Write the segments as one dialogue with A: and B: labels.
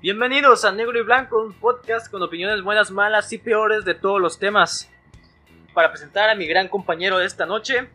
A: Bienvenidos a Negro y Blanco, un podcast con opiniones buenas, malas y peores de todos los temas. Para presentar a mi gran compañero de esta noche,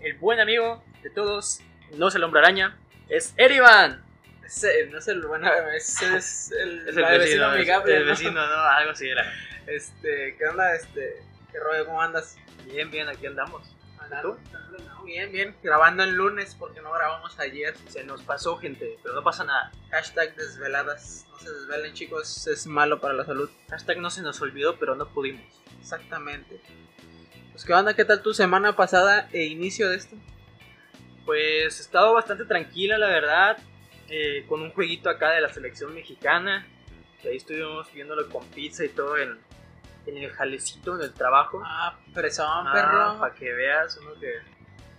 A: el buen amigo de todos, no es el hombre araña, es Erivan.
B: Ese no es el bueno, ese es el,
A: Es
B: la de vecino
A: es-
B: amigable.
A: el
B: ¿no?
A: vecino, no, algo así era.
B: Este, ¿qué onda? Este, ¿qué rollo? ¿Cómo andas?
A: Bien, bien, aquí andamos.
B: ¿Andando? No, bien, bien. Grabando el lunes porque no grabamos ayer.
A: Se nos pasó, gente, pero no pasa nada.
B: Hashtag desveladas. No se desvelen, chicos. Es malo para la salud.
A: Hashtag no se nos olvidó, pero no pudimos.
B: Exactamente. Pues, ¿qué onda? ¿Qué tal tu semana pasada e inicio de esto?
A: Pues he estado bastante tranquila, la verdad. eh, con un jueguito acá de la selección mexicana. Que ahí estuvimos viéndolo con pizza y todo en, en el jalecito, en el trabajo.
B: Ah, presón,
A: Para que veas uno que
B: perro.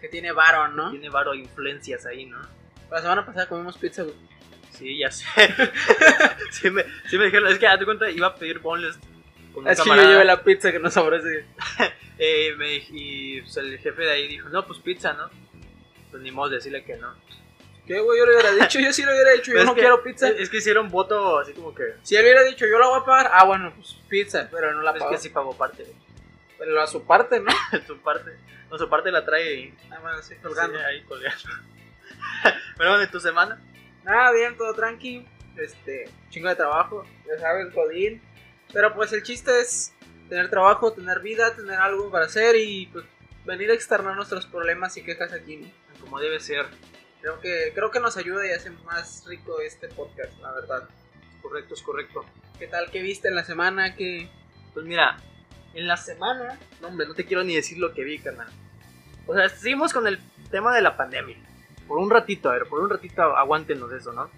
B: Que tiene varón, ¿no?
A: tiene varios influencias ahí, ¿no?
B: La semana pasada comimos pizza, güey.
A: Sí, ya sé. sí, me, sí me dijeron, es que date cuenta, iba a pedir boneless con un
B: Es que yo
A: camarada.
B: llevé la pizza que no sabré
A: Eh, me dij- y pues, el jefe de ahí dijo, no, pues pizza, ¿no? Pues ni modo de decirle que no.
B: ¿Qué, güey? Yo lo hubiera dicho. Yo sí lo hubiera dicho. Yo
A: Es
B: no
A: que-
B: quiero pizza.
A: Es que hicieron voto así como que...
B: Si él hubiera dicho, yo la voy a pagar, ah, bueno, pues pizza, pero no la
A: Es
B: pagó.
A: que sí pagó parte.
B: Pero a su parte, ¿no?
A: su parte, no, su parte la trae
B: Ah, bueno, sí,
A: sí, ahí colgando. Pero bueno, ¿y tu semana?
B: Nada, bien, todo tranqui. Este, chingo de trabajo, ya sabes, jodín. Pero pues el chiste es tener trabajo, tener vida, tener algo para hacer y pues venir a externar nuestros problemas y quejas aquí, ¿no?
A: Como debe ser,
B: Creo que, creo que nos ayuda y hace más rico este podcast, la verdad.
A: correcto, es correcto.
B: ¿Qué tal? ¿Qué viste en la semana? ¿Qué?
A: Pues mira, en la semana, no hombre, no te quiero ni decir lo que vi, carnal. O sea, seguimos con el tema de la pandemia. Por un ratito, a ver, por un ratito aguántenos eso, ¿no?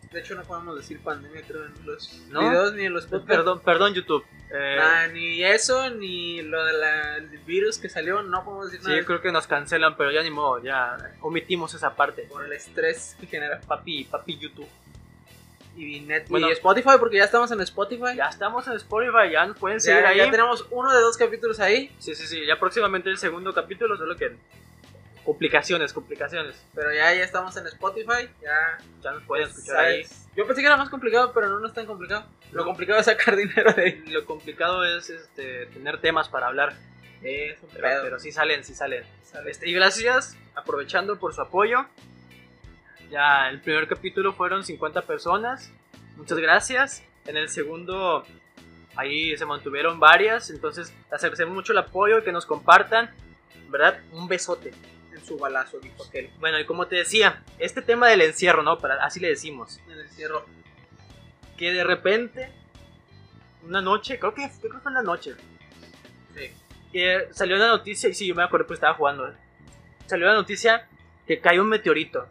B: Pues, De hecho, no podemos decir pandemia, creo, en los
A: ¿No?
B: videos ni en los podcasts.
A: Perdón, perdón, YouTube. Eh,
B: pues, Nah, Ah, ni eso, ni lo del virus que salió, no podemos decir
A: sí,
B: nada
A: creo que nos cancelan, pero ya ni modo, ya omitimos esa parte.
B: por el estrés que genera.
A: Papi, papi YouTube.
B: Y, Netflix
A: Bueno.
B: y Spotify, porque ya estamos en Spotify.
A: Ya estamos en Spotify, ya nos pueden
B: Ya-
A: seguir ahí.
B: ya tenemos uno de dos capítulos ahí,
A: Sí, sí, sí, ya próximamente el segundo capítulo, solo que complicaciones, complicaciones.
B: pero ya, ya estamos en Spotify. Ya
A: Ya nos pueden
B: pues,
A: escuchar ahí.
B: sabes. Yo pensé que era más complicado, pero no, no es tan complicado. Lo complicado es sacar dinero de ahí.
A: Lo complicado es este, tener temas para hablar, Eh,
B: Es un
A: pero, pero sí salen, sí salen.
B: ¿sabes?
A: Este, y gracias, aprovechando por su apoyo. Ya el primer capítulo fueron 50 personas. Muchas gracias. En el segundo, ahí se mantuvieron varias. Entonces, les agradecemos mucho el apoyo y que nos compartan. ¿Verdad? Un besote.
B: En su balazo, dijo aquel.
A: Bueno, y como te decía, este tema del encierro, ¿no? Para, así le decimos.
B: En el encierro.
A: que de repente, una noche, creo que, creo que fue una noche,
B: Sí.
A: que salió la noticia, y sí, yo me acuerdo, pues estaba jugando, eh. salió la noticia que cayó un meteorito.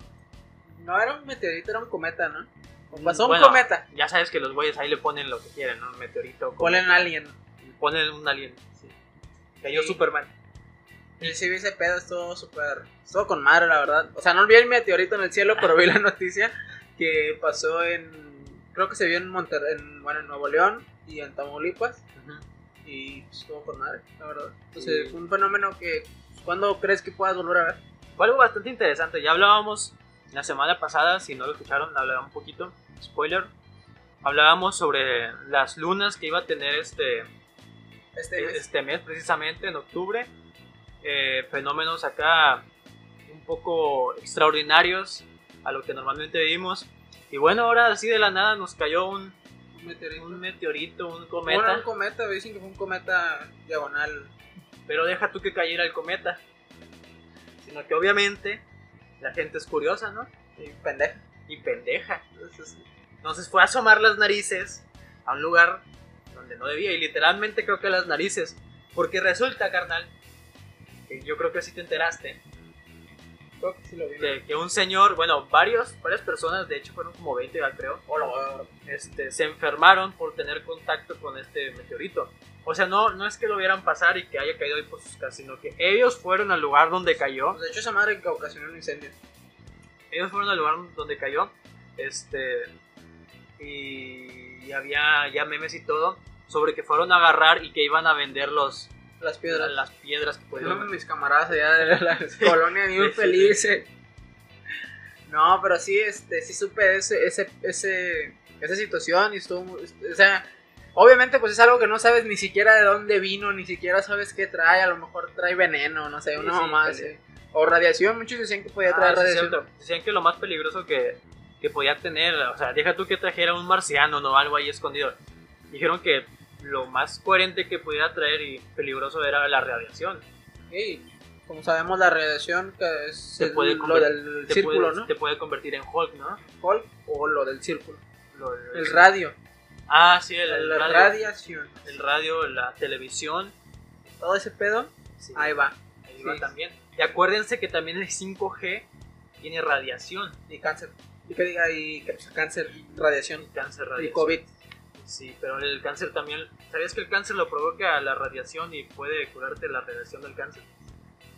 B: No era un meteorito, era un cometa, ¿no? O pasó
A: Bueno,
B: un cometa.
A: Ya sabes que los güeyes ahí le ponen lo que quieren, ¿no? Un meteorito. como-
B: Ponen alien.
A: Ponen un alien. sí. Cayó
B: Sí.
A: Superman.
B: Y sí vi ese pedo, estuvo súper. Estuvo con madre, la verdad. O sea, no vi el meteorito en el cielo, pero vi la noticia que pasó en. Creo que se vio en Monterrey, en, bueno, en Nuevo León y en Tamaulipas. Y pues, estuvo con madre, la verdad. Entonces,
A: Sí.
B: fue un fenómeno que. ¿Cuándo crees que puedas volver a ver?
A: Fue algo bastante interesante. Ya hablábamos la semana pasada, si no lo escucharon, hablaba un poquito, spoiler. Hablábamos sobre las lunas que iba a tener este
B: Este mes.
A: este mes precisamente en octubre eh, fenómenos acá un poco extraordinarios a lo que normalmente vivimos y bueno ahora así de la nada nos cayó un,
B: un meteorito.
A: un meteorito un
B: Bueno,
A: cometa
B: un cometa, dicen que fue un cometa diagonal.
A: pero deja tú que cayera el cometa sino que obviamente la gente es curiosa no
B: Y eh, pendejo.
A: y pendeja
B: Entonces,
A: entonces fue a asomar las narices a un lugar donde no debía y literalmente creo que las narices porque resulta carnal que yo creo que si te enteraste
B: creo que sí lo vi.
A: de que un señor, bueno, varios, varias personas, de hecho fueron como 20, ya creo,
B: Hola,
A: este, se enfermaron por tener contacto con este meteorito. O sea, no, no es que lo vieran pasar y que haya caído ahí por sus casas, sino que ellos fueron al lugar donde cayó.
B: Pues, de hecho, esa madre que ocasionó un incendio.
A: Ellos fueron al lugar donde cayó. Este. Y y había ya memes y todo sobre que fueron a agarrar y que iban a vender los,
B: Las piedras.
A: las piedras que
B: Uno de
A: podían.
B: Pues, mis camaradas allá de la colonia bien felices. No, pero sí, este, sí supe ese, ese, ese- esa situación y estuvo, muy- o sea, obviamente pues es algo que no sabes ni siquiera de dónde vino, ni siquiera sabes qué trae, a lo mejor trae veneno, no sé,
A: Sí,
B: una
A: sí,
B: mamá
A: pele-
B: así. O radiación, muchos decían que podía traer
A: Ah, sí,
B: radiación.
A: cierto. Decían que lo más peligroso que, que podía tener, o sea, deja tú que trajera un marciano o algo ahí escondido. Dijeron que lo más coherente que pudiera traer y peligroso era la radiación.
B: Sí, como sabemos la radiación que es
A: Te
B: el-
A: puede
B: lo
A: conver-
B: del
A: Te
B: círculo,
A: puede,
B: ¿no?
A: te puede convertir en Hulk, ¿no?
B: Hulk o lo del círculo.
A: Lo-
B: El radio,
A: Ah, sí, el, el
B: la
A: radio,
B: radiación,
A: El radio, la televisión.
B: todo ese pedo,
A: Sí,
B: ahí va.
A: ahí va
B: sí.
A: también. Y acuérdense que también el 5G tiene radiación.
B: y cáncer. Y que diga, y que- cáncer, radiación,
A: Cáncer,
B: y
A: radiación.
B: COVID.
A: Sí, pero el cáncer también. ¿Sabías que el cáncer lo provoca la radiación y puede curarte la radiación del cáncer?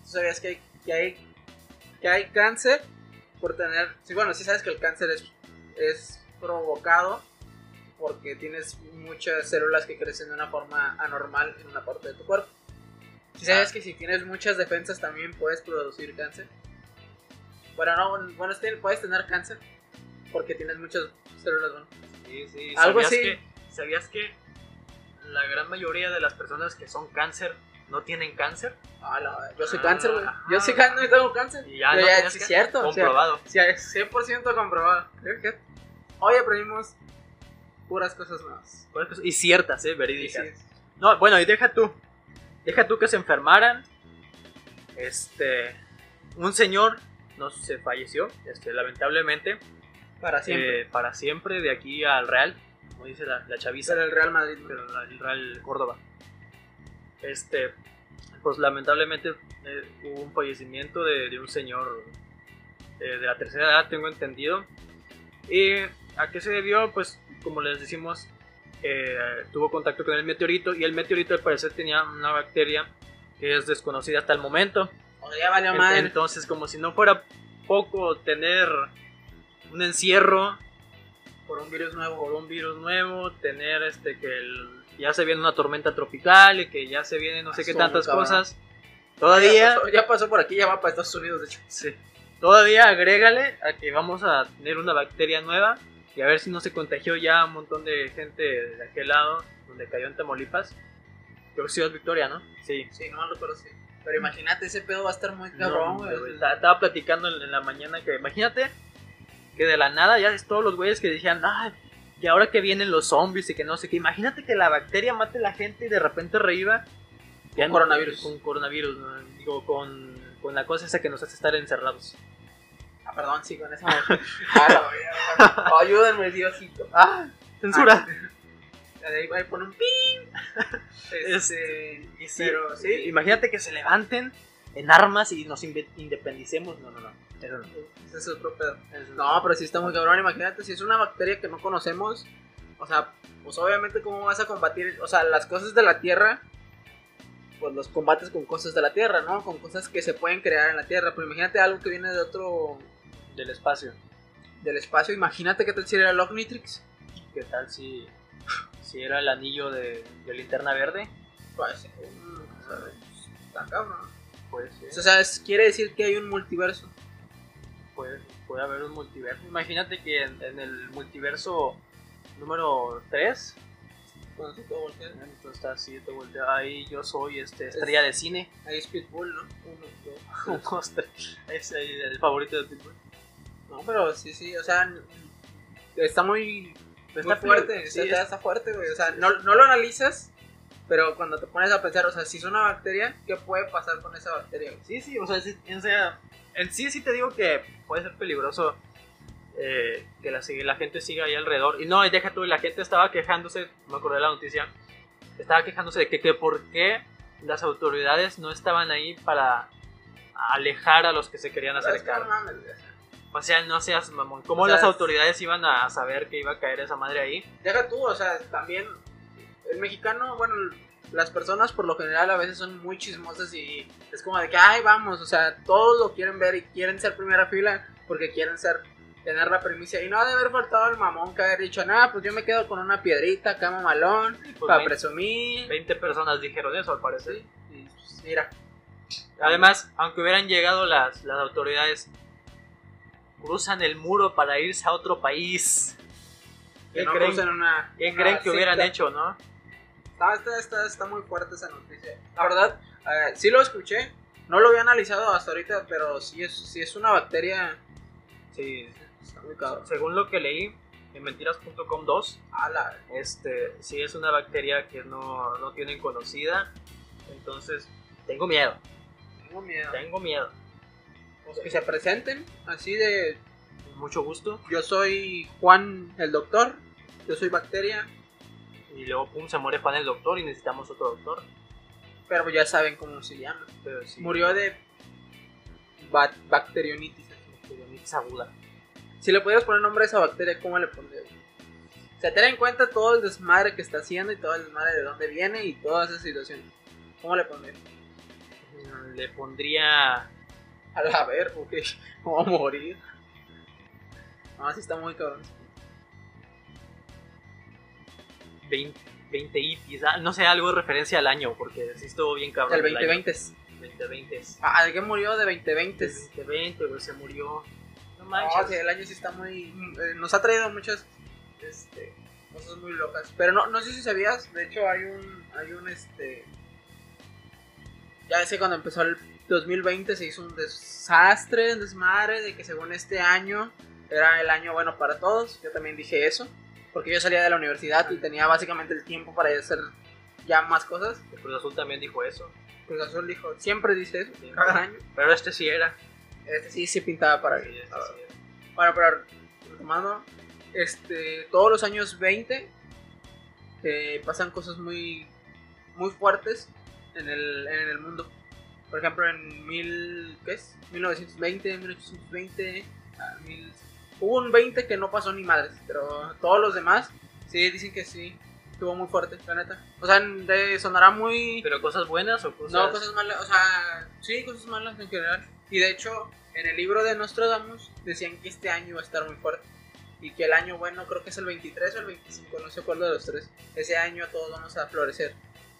B: ¿Tú sabías que hay, que hay, que hay cáncer por tener... Sí, bueno, sí sabes que el cáncer es, es provocado porque tienes muchas células que crecen de una forma anormal en una parte de tu cuerpo. ¿Sí sabías que si tienes muchas defensas también puedes producir cáncer? Bueno, no, bueno, sí, puedes tener cáncer porque tienes muchas células, bueno,
A: Sí, sí.
B: Algo
A: ¿Sabías
B: así.
A: Que, ¿Sabías que la gran mayoría de las personas que son cáncer no tienen cáncer?
B: Ah, la- yo soy
A: Ah,
B: cáncer, güey. Yo
A: ajá.
B: soy cáncer, no tengo cáncer.
A: Y ya
B: Yo
A: no tienes
B: sí,
A: que-
B: cierto. o sea,
A: Comprobado.
B: sí, es 100% comprobado. Creo que- Hoy aprendimos puras cosas nuevas.
A: Buenas cosas- Y ciertas, ¿eh?
B: Sí,
A: Verídicas.
B: sí.
A: No, bueno, y deja tú. Deja tú que se enfermaran. Este. Un señor, no se falleció, este, lamentablemente,
B: Para siempre.
A: eh, para siempre, de aquí al Real, como dice la, la chaviza,
B: Será el Real Madrid. ¿no?
A: pero la- el Real Córdoba. Este, pues lamentablemente eh, hubo un fallecimiento de, de un señor eh, de la tercera edad, tengo entendido. ¿Y a qué se debió? Pues, como les decimos, eh, tuvo contacto con el meteorito y el meteorito al parecer tenía una bacteria que es desconocida hasta el momento.
B: O sea, ya valió
A: En-
B: madre.
A: Entonces, como si no fuera poco tener un encierro
B: por un virus nuevo.
A: por un virus nuevo, tener este que el- ya se viene una tormenta tropical y que ya se viene no sé qué
B: Asume,
A: tantas
B: cabrón. Eh, pues,
A: cosas.
B: Ya
A: Todavía,
B: pasó, ya pasó por aquí, ya va para Estados Unidos, de hecho.
A: sí, todavía agrégale a que vamos a tener una bacteria nueva y a ver si no se contagió ya un montón de gente de aquel lado donde cayó en Tamaulipas. Creo que Ciudad Victoria, ¿no? Sí.
B: Sí, no mal recuerdo, sí. Pero imagínate, ese pedo va a estar muy
A: No,
B: cabrón, güey.
A: güey, ta- Estaba platicando en, en la mañana que imagínate que de la nada ya es todos los güeyes que decían, ay, y ahora que vienen los zombies y que no sé qué, imagínate que la bacteria mate a la gente y de repente reviva. ya no-
B: coronavirus.
A: Con coronavirus, ¿no? digo, con, con la cosa esa que nos hace estar encerrados.
B: Ah, perdón, sí, con esa madre. Ah, la verga. Ayúdenme, Diosito.
A: Ah, censura.
B: Ahí, ahí pone un ping. Este,
A: Y sí,
B: pero sí.
A: Imagínate que se levanten en armas y nos inve- independicemos. No, no, no. Eso no.
B: Ese es otro pedo.
A: Eso no.
B: No, pero sí está muy cabrón. Imagínate, si es una bacteria que no conocemos, o sea, pues obviamente, ¿cómo vas a combatir? O sea, las cosas de la Tierra, pues los combates con cosas de la Tierra, ¿no? Con cosas que se pueden crear en la Tierra. Pero imagínate algo que viene de otro,
A: Del espacio.
B: del espacio. Imagínate que tal si era el Omnitrix.
A: ¿Qué tal si, si era el anillo de, de linterna verde?
B: Pues, eh, o sea, está cabrón.
A: Puede
B: O
A: ser.
B: sea, es- quiere decir que hay un multiverso.
A: Puede, puede haber un multiverso. Imagínate que en, en el multiverso número 3,
B: Cuando se todo voltea.
A: entonces está así, te voltea, ahí yo soy este, estrella de cine.
B: Ahí es Pitbull, ¿no? Uno, dos.
A: Un póster. es ahí el favorito de Pitbull.
B: No, pero sí, sí, o sea, n- está muy,
A: Pero
B: muy
A: está
B: fuerte,
A: peli-
B: o
A: Pues,
B: sea,
A: sí,
B: está,
A: es-
B: está fuerte, güey. O sea, no, no lo analizas, pero cuando te pones a pensar, o sea, si es una bacteria, ¿qué puede pasar con esa bacteria? güey?
A: Sí, sí, o sea, sí, o sea, en sí sí te digo que puede ser peligroso eh, que la, sig- la gente siga ahí alrededor. Y no, y deja tú, y la gente estaba quejándose, me acordé de la noticia, estaba quejándose de que, que por qué las autoridades no estaban ahí para alejar a los que se querían
B: Pero es que no
A: acercar.
B: mames, güey, o sea,
A: O sea, no seas mamón. ¿Cómo
B: O sea,
A: las
B: es-
A: autoridades iban a saber que iba a caer esa madre ahí?
B: Deja tú, o sea, también el mexicano, bueno, l- las personas por lo general a veces son muy chismosas y es como de que, ay, vamos, o sea, todos lo quieren ver y quieren ser primera fila porque quieren ser tener la premisa. Y no ha de haber faltado el mamón que haber dicho, nada, pues yo me quedo con una piedrita acá, mamalón,
A: pues,
B: para
A: veinte-
B: presumir.
A: 20 personas dijeron eso, al parecer.
B: Y, pues, mira,
A: Además, aunque hubieran llegado las, las autoridades, cruzan el muro para irse a otro país.
B: que
A: ¿Qué
B: no
A: creen, Ah,
B: usen una.
A: qué
B: una
A: creen que hubieran
B: cinta.
A: hecho, no?
B: No, está, está, está muy fuerte esa noticia. La verdad, eh, sí lo escuché. No lo había analizado hasta ahorita, pero sí es, sí es una bacteria.
A: Sí.
B: Está muy cabrón.
A: Según lo que leí en mentiras.com 2,
B: A la-
A: este, sí es una bacteria que no, no tienen conocida. Entonces, tengo miedo,
B: tengo miedo.
A: tengo miedo.
B: Pues que se presenten así de
A: Con Mucho gusto.
B: yo soy Juan el doctor, yo soy bacteria,
A: Y luego, pum, se muere Juan el doctor y necesitamos otro doctor.
B: pero ya saben cómo se llama.
A: Pero sí,
B: Murió de ba- bacterionitis.
A: bacterionitis aguda.
B: Si le pudieras poner nombre a esa bacteria, ¿cómo le pondrías? O sea, ten en cuenta todo el desmadre que está haciendo y todo el desmadre de dónde viene y todas esas situaciones. ¿Cómo le pondrías?
A: Mm, Le pondría.
B: A la ver, porque vamos a morir. No, sí está muy cabrón.
A: 20, 20 hippies, ah, no sé, algo de referencia al año, porque sí estuvo bien cabrón.
B: Del 2020.
A: 2020.
B: Ah, ¿de qué murió? De 2020.
A: 2020, güey, se murió. No
B: No, sí,
A: manches.
B: el año sí está muy. eh, nos ha traído muchas este, cosas muy locas. Pero no, no sé si sabías, de hecho hay un. Hay un este. Ya sé cuando empezó el 2020 se hizo un desastre, un desmadre, de que según este año era el año bueno para todos. Yo también dije eso, porque yo salía de la universidad y tenía básicamente el tiempo para hacer ya más cosas.
A: El Cruz Azul también dijo eso.
B: Cruz Azul dijo, siempre dice eso,
A: Siempre.
B: cada año.
A: Pero este sí era.
B: Este sí se pintaba para
A: Sí,
B: bien.
A: este
B: la verdad.
A: sí era.
B: Bueno, pero retomando, este, todos los años 20 eh, pasan cosas muy, muy fuertes en el, en el mundo. Por ejemplo, en mil, ¿qué es? 1920, 1820, ah, mil- hubo un 20 que no pasó ni madres, pero todos los demás sí dicen que sí, estuvo muy fuerte, la neta. O sea, de- sonará muy...
A: Pero cosas buenas o cosas.
B: No, cosas malas, o sea, sí, cosas malas en general. Y de hecho, en el libro de Nostradamus decían que este año iba a estar muy fuerte. Y que el año bueno, creo que es el 23 o el 25, no sé cuál de los tres. Ese año todos vamos a florecer.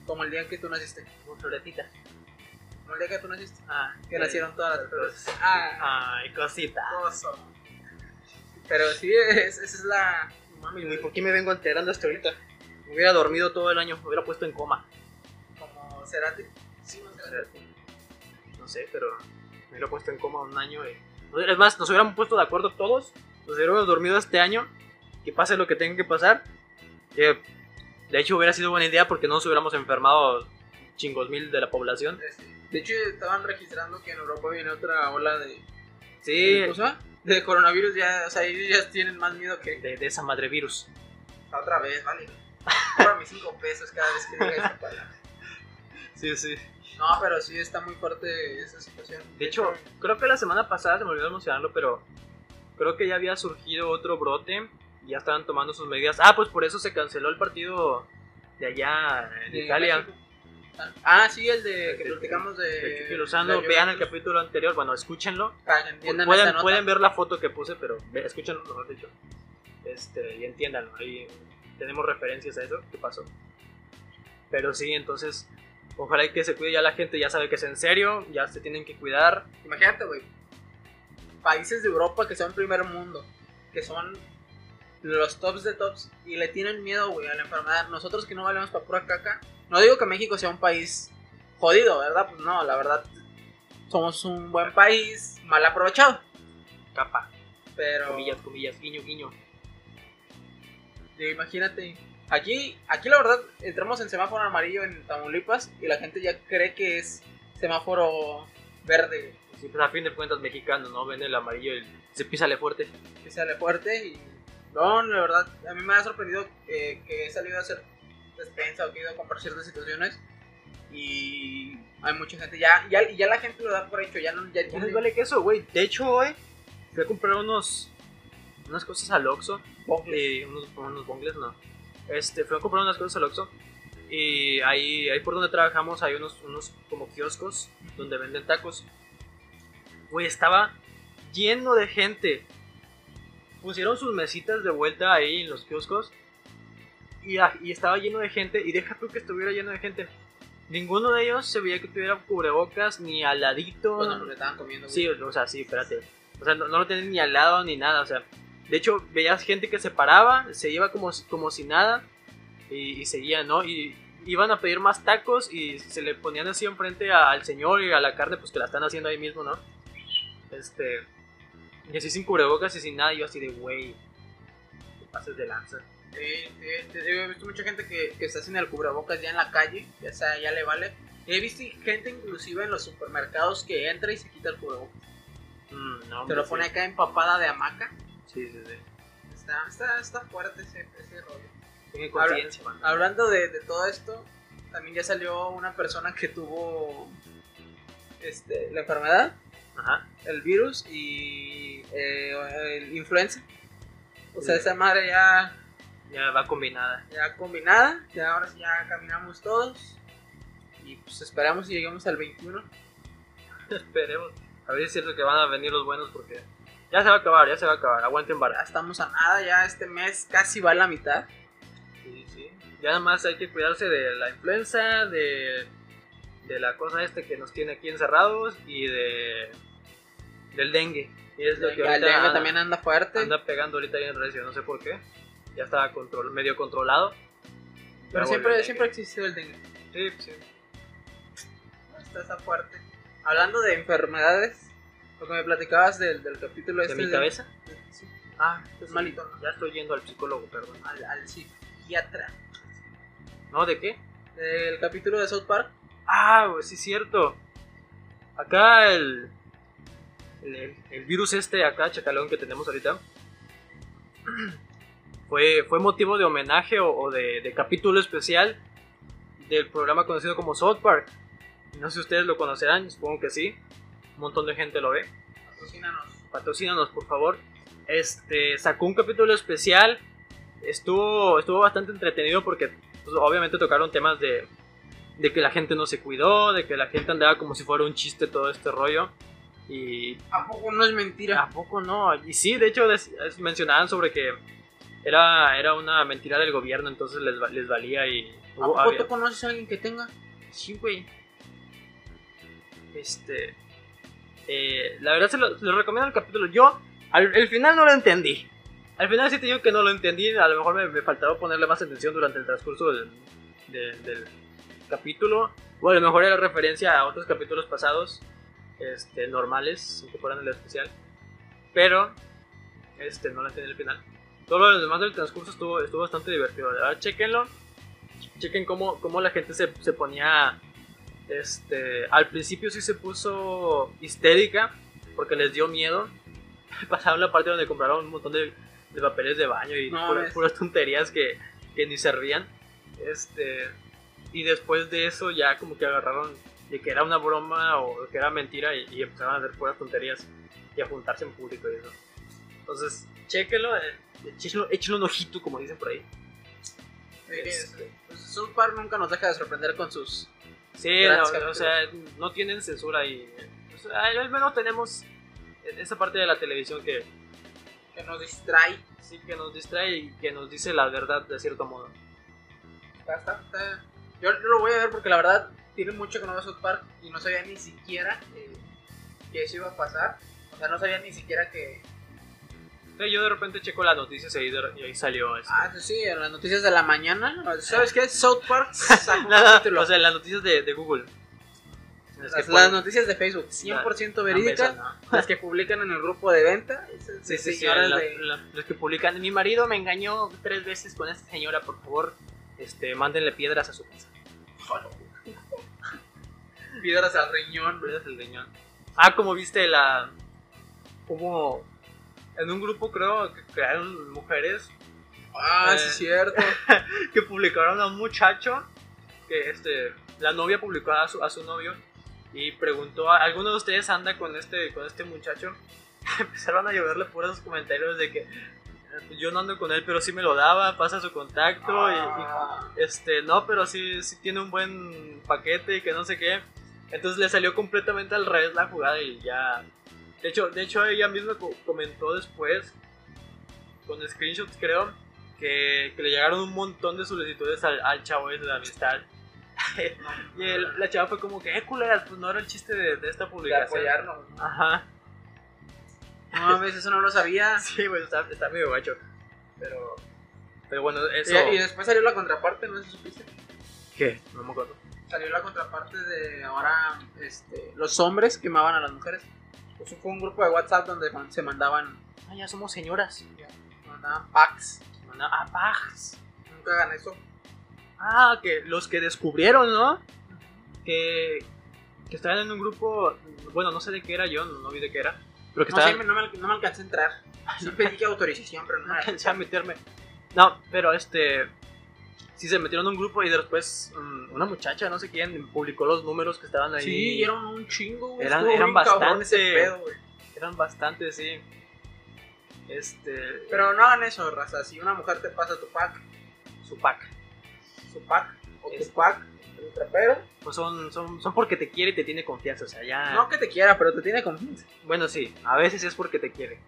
B: Como el día en que tú naciste.
A: Como florecita.
B: Como el día que tú naciste.
A: Ah,
B: Que
A: eh,
B: nacieron todas las flores.
A: flores.
B: Ah,
A: Ay, cosita.
B: hermoso. Pero sí, es- esa es la.
A: Mami, güey, ¿por qué me vengo enterando hasta ahorita? Me hubiera dormido todo el año, me hubiera puesto en coma.
B: Como Cerati. Sí, no Cerati.
A: No sé, pero me hubiera puesto en coma un año. Y... Es más, nos hubieran puesto de acuerdo todos. Nos hubiéramos dormido este año. Que pase lo que tenga que pasar. Que, de hecho, hubiera sido buena idea porque no nos hubiéramos enfermado chingos mil de la población.
B: De hecho, estaban registrando que en Europa viene otra ola de,
A: Sí,
B: ¿Cómo se llama? De coronavirus ya, o sea, ellos ya tienen más miedo que
A: de, de esa madre virus.
B: otra vez, ¿vale? Para mis 5 pesos cada vez que diga esa palabra.
A: Sí, sí.
B: No, pero sí está muy fuerte esa situación.
A: De hecho, creo que la semana pasada se me olvidó mencionarlo, pero creo que ya había surgido otro brote. y Ya estaban tomando sus medidas. Ah, pues por eso se canceló el partido de allá en
B: De
A: Italia.
B: México. Ah, sí, el de que
A: El-
B: platicamos
A: de
B: de.
A: Kiki Lozano,
B: de
A: Eh, vean el
B: Juventus.
A: capítulo anterior, bueno, escúchenlo.
B: Para que entiendan esta
A: Pueden,
B: nota.
A: pueden ver la foto que puse, pero ve- escúchenlo, mejor dicho. Este, y entiéndanlo, ahí tenemos referencias a eso, que pasó. Pero sí, entonces, ojalá y que se cuide ya la gente, ya sabe que es en serio, ya se tienen que cuidar.
B: Imagínate, güey. Países de Europa que son primer mundo, que son los tops de tops y le tienen miedo, güey, a la enfermedad. Nosotros que no valemos para pura caca. No digo que México sea un país jodido, ¿verdad? Pues no, la verdad. Somos un buen país, mal aprovechado.
A: Capa,
B: Pero
A: comillas, comillas, guiño, guiño.
B: digo, imagínate. Aquí, aquí la verdad, entramos en semáforo amarillo en Tamaulipas y la gente ya cree que es semáforo verde, güey.
A: Sí, pues, a fin de cuentas, mexicano, ¿no? Ven el amarillo y se písale fuerte.
B: que sale fuerte y no, la verdad, a mí me ha sorprendido eh, que he salido a hacer despensa o que he ido a comprar ciertas situaciones y hay mucha gente, ya, ya, ya la gente lo da por hecho, ya no, ya,
A: Ya les vale queso, güey. De hecho, hoy fui a comprar unos, unas cosas al Oxxo.
B: eh,
A: y eh, unos, unos bongles, no. Este, fui a comprar unas cosas al Oxxo y ahí, ahí por donde trabajamos hay unos, unos como kioscos donde venden tacos. Güey, estaba lleno de gente. pusieron sus mesitas de vuelta ahí en los kioscos y, a- y estaba lleno de gente. Y deja tú que estuviera lleno de gente. Ninguno de ellos se veía que tuviera cubrebocas ni aladito.
B: Cuando nos lo estaban comiendo. güey.
A: Sí, o sea, sí, espérate. O sea, no, no lo tenían ni al lado ni nada. O sea, de hecho, veías gente que se paraba, se iba como, si- como si nada y, y seguía, ¿no? Y iban a pedir más tacos y se le ponían así enfrente a- al señor y a la carne, pues que la están haciendo ahí mismo, ¿no? Este. Y así sin cubrebocas y sin nada, y yo así de, güey, te pases de lanza.
B: Sí, sí, te digo, he visto mucha gente que, que está sin el cubrebocas ya en la calle, ya sea, ya le vale. He visto gente inclusive en los supermercados que entra y se quita el cubrebocas.
A: Mm, no,
B: Se lo
A: hombre,
B: pone acá empapada de hamaca.
A: Sí, sí, sí. sí.
B: Está, está, está fuerte ese, ese rollo.
A: Tiene conciencia, man.
B: Hablando de, de todo esto, también ya salió una persona que tuvo este, la enfermedad,
A: Ajá.
B: el virus y eh, el influenza. O sea, esa madre ya
A: Ya va combinada.
B: ya combinada. Ya ahora sí ya caminamos todos. Y pues esperamos y lleguemos al 21.
A: Esperemos. A ver si es cierto que van a venir los buenos porque ya se va a acabar, ya se va a acabar. Aguanten
B: Ya
A: barra.
B: estamos a nada, ya este mes casi va a la mitad.
A: Sí, sí. Ya nada más hay que cuidarse de la influenza, de, de la cosa este que nos tiene aquí encerrados y de del dengue. Y es lo que
B: Ya el
A: ahorita
B: dengue
A: anda,
B: también anda fuerte.
A: anda pegando ahorita bien recio, no sé por qué. Ya estaba control, medio controlado.
B: pero
A: Ya volvió
B: siempre,
A: el
B: siempre ha
A: dengue.
B: existido el dengue.
A: Sí, sí.
B: Está, está fuerte. Hablando de enfermedades, lo que me platicabas del, del capítulo
A: ¿De
B: este.
A: mi cabeza?
B: sí,
A: Ah,
B: es malito, ¿no?
A: Ya estoy yendo al psicólogo, perdón.
B: al, al psiquiatra.
A: ¿No? ¿De qué?
B: Del capítulo de South Park.
A: Ah, güey, sí, cierto. Acá el, el, el virus este, acá, chacalón, que tenemos ahorita, fue, fue motivo de homenaje o, o de, de capítulo especial del programa conocido como South Park. No sé si ustedes lo conocerán, supongo que sí. Un montón de gente lo ve
B: Patrocínanos.
A: patrocínanos por favor. Este sacó un capítulo especial. Estuvo, estuvo bastante entretenido porque pues, obviamente tocaron temas de, de que la gente no se cuidó, de que la gente andaba como si fuera un chiste todo este rollo. Y
B: ¿A poco no es mentira?
A: ¿A poco no? Y sí, de hecho des- es- mencionaban sobre que era, era una mentira del gobierno, entonces les, va- les valía y...
B: ¿A
A: hubo-
B: poco
A: había-
B: tú conoces a alguien que tenga?
A: Sí, güey. Este. eh, la verdad se lo, se lo recomiendo el capítulo. Yo, al el final no lo entendí. Al final sí te digo que no lo entendí. A lo mejor me, me faltaba ponerle más atención durante el transcurso del, del- del capítulo. O a lo mejor era referencia a otros capítulos pasados, este, normales, sin que fueran el especial. Pero, este, no lo entendí al final. Todo lo demás del transcurso estuvo, estuvo bastante divertido. De verdad, chequenlo chequen cómo, cómo la gente se, se ponía. Este, al principio sí se puso histérica porque les dio miedo. Pasaron la parte donde compraron un montón de, de papeles de baño y
B: No,
A: puras,
B: es-
A: puras tonterías que, que ni servían. Este, y después de eso ya como que agarraron de que era una broma o que era mentira y, y empezaron a hacer puras tonterías y a juntarse en público y eso. Entonces, chequenlo, eh, échenlo, échenlo un ojito como dicen por ahí.
B: Este, pues, South Park nunca nos deja de sorprender con sus
A: Sí,
B: Grandes
A: no, o
B: capítulos.
A: sea, no tienen censura y o sea, al menos tenemos esa parte de la televisión que
B: que nos distrae.
A: sí que nos distrae y que nos dice la verdad de cierto modo.
B: Está- está- está- Yo lo voy a ver porque la verdad tiene mucho que no veo South Park y no sabía ni siquiera eh, que eso iba a pasar. O sea, no sabía ni siquiera que...
A: Sí, yo de repente checo las noticias y ahí, de- y ahí salió eso.
B: Ah, sí, sí, en las noticias de la mañana. ¿Sabes qué? South Park sacó un
A: Nada,
B: capítulo.
A: o sea, las noticias de, de Google. Es que Ah,
B: las,
A: ponen-
B: las noticias de Facebook, 100%
A: no,
B: verídicas,
A: esas no.
B: las que publican en el grupo de venta. esas
A: Sí,
B: de
A: sí, sí,
B: señoras
A: las-
B: de-
A: las- las que publican. Mi marido me engañó tres veces con esta señora, por favor, este, mándenle piedras a su casa.
B: piedras al riñón.
A: Ruidas del riñón. Ah, como viste la. Como. En un grupo, creo, que crearon mujeres
B: Ah, sí,
A: Eh.
B: es cierto.
A: que publicaron a un muchacho que este. La novia publicó a su, a su novio y preguntó: ¿Alguno de ustedes anda con este, con este muchacho? Empezaron a lloverle puros comentarios de que. Yo no ando con él, pero sí me lo daba, pasa su contacto y- y
B: Ah.
A: este, no, pero sí, sí tiene un buen paquete y que no sé qué. Entonces le salió completamente al revés la jugada y ya. De hecho, de hecho ella misma co- comentó después con screenshots, creo, que, que le llegaron un montón de solicitudes al, al chavo ese de amistad. y el- la chava fue como que, eh, culeras, pues no era el chiste de, de esta
B: De
A: publicación.
B: apoyarnos.
A: Ajá.
B: No mames, eso no lo sabía.
A: Sí, güey, está, está medio gacho. Pero, pero bueno, eso.
B: Y, y después salió la contraparte, ¿no? ¿Eso supiste?
A: ¿Qué? No me acuerdo.
B: Salió la contraparte de ahora este, los hombres quemaban a las mujeres. Eso fue un grupo de WhatsApp donde man- se mandaban,
A: Ah, ya somos señoras.
B: mandaban packs.
A: Manda- Ah, pajas.
B: Nunca hagan eso.
A: Ah, que los que descubrieron, ¿no? Que, que estaban en un grupo, bueno, no sé de qué era yo, no, no vi de qué era, pero que
B: No,
A: estaban,
B: sé, no, me, no me alcancé a entrar. Sí pedí que autorización, pero no
A: no
B: me
A: alcancé
B: alcancé.
A: a meterme. No, pero este, sí se metieron en un grupo y después mm, una muchacha, no sé quién, publicó los números que estaban ahí.
B: Sí, eran un chingo, güey.
A: Eran-
B: Estuvo
A: eran
B: bien cabrón ese
A: bastante.
B: pedo, güey.
A: Eran bastantes, sí. Este,
B: Pero no hagan eso, raza. Si una mujer te pasa tu pack,
A: su pack.
B: su pack, o
A: Es-
B: tu pack, el trapero.
A: Pues son, son, son porque te quiere y te tiene confianza, o sea, ya...
B: No que te quiera, pero te tiene confianza.
A: Bueno, sí, a veces es porque te quiere,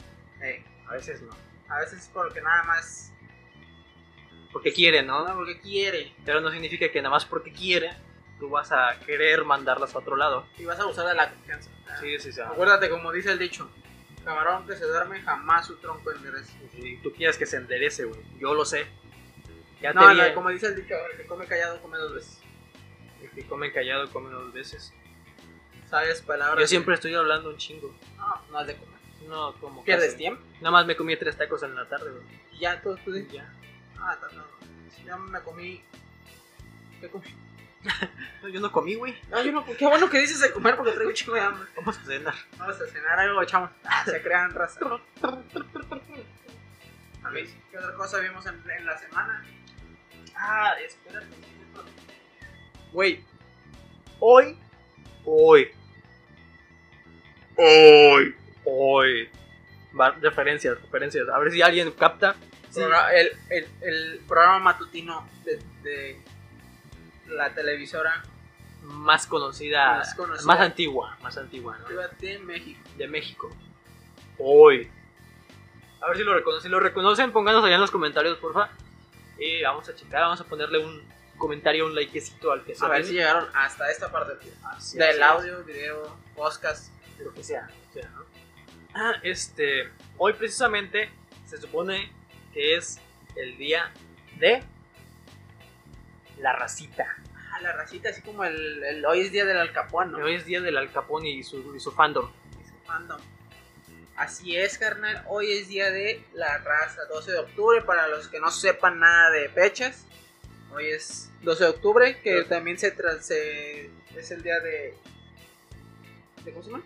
B: Eh,
A: a veces no.
B: a veces es porque nada más.
A: Porque quiere, ¿no?
B: No, porque quiere.
A: Pero no significa que nada más porque quiere, tú vas a querer mandarlas a otro lado.
B: Y vas a abusar de la confianza. Ah,
A: Sí, sí, sí.
B: Acuérdate, como dice el dicho: camarón que se duerme jamás su tronco endereza.
A: Si tú quieres que se enderece, güey. Yo lo sé. Ya
B: No,
A: te
B: no,
A: vi.
B: como dice el dicho: el que come callado come dos veces.
A: El que come callado come dos veces.
B: Sabes palabras.
A: Yo siempre estoy hablando un chingo.
B: No, no has de comer.
A: No, como.
B: Pierdes
A: casi.
B: tiempo.
A: Nada más me comí tres tacos en la tarde, güey.
B: Y ya todo tú
A: Y Ya.
B: Ah, no, no. Ya me comí. ¿Qué comí?
A: No, yo no comí, güey.
B: No, yo no, qué bueno que dices de comer porque traigo un chico de hambre.
A: Vamos a cenar.
B: Vamos a cenar algo, chavos. Se crean raza. A mí, ¿qué otra cosa vimos en, en la semana?
A: Ah, espérate. Güey. Hoy. Hoy. Hoy. Hoy. Va, referencias, referencias. A ver si alguien capta. Sí.
B: Progra- el, el, el programa matutino de, de la televisora
A: Más conocida.
B: Más
A: Más,
B: conocida.
A: antigua. Más antigua, ¿no?
B: activa de México.
A: De México. Hoy. A ver si lo reconocen. Si lo reconocen, pónganos allá en los comentarios, porfa. Y vamos a checar, vamos a ponerle un comentario, un likecito al que se
B: A ver si
A: viene.
B: llegaron hasta esta parte del video.
A: Así es,
B: Del
A: así es.
B: audio, video, podcast.
A: lo que sea. o sea, ¿no? Ah, este, hoy precisamente se supone que es el día de la racita.
B: A la racita, así como el, el hoy es día del alcapón, ¿no?
A: Hoy es día del Al Capone y su, y su fandom.
B: Dice fandom. Así es, carnal. Hoy es día de la raza, 12 de octubre. Para los que no sepan nada de fechas, hoy es 12 de octubre, que
A: Pero-
B: también se, tra- se- es el día de. ¿de ¿Cómo se llama?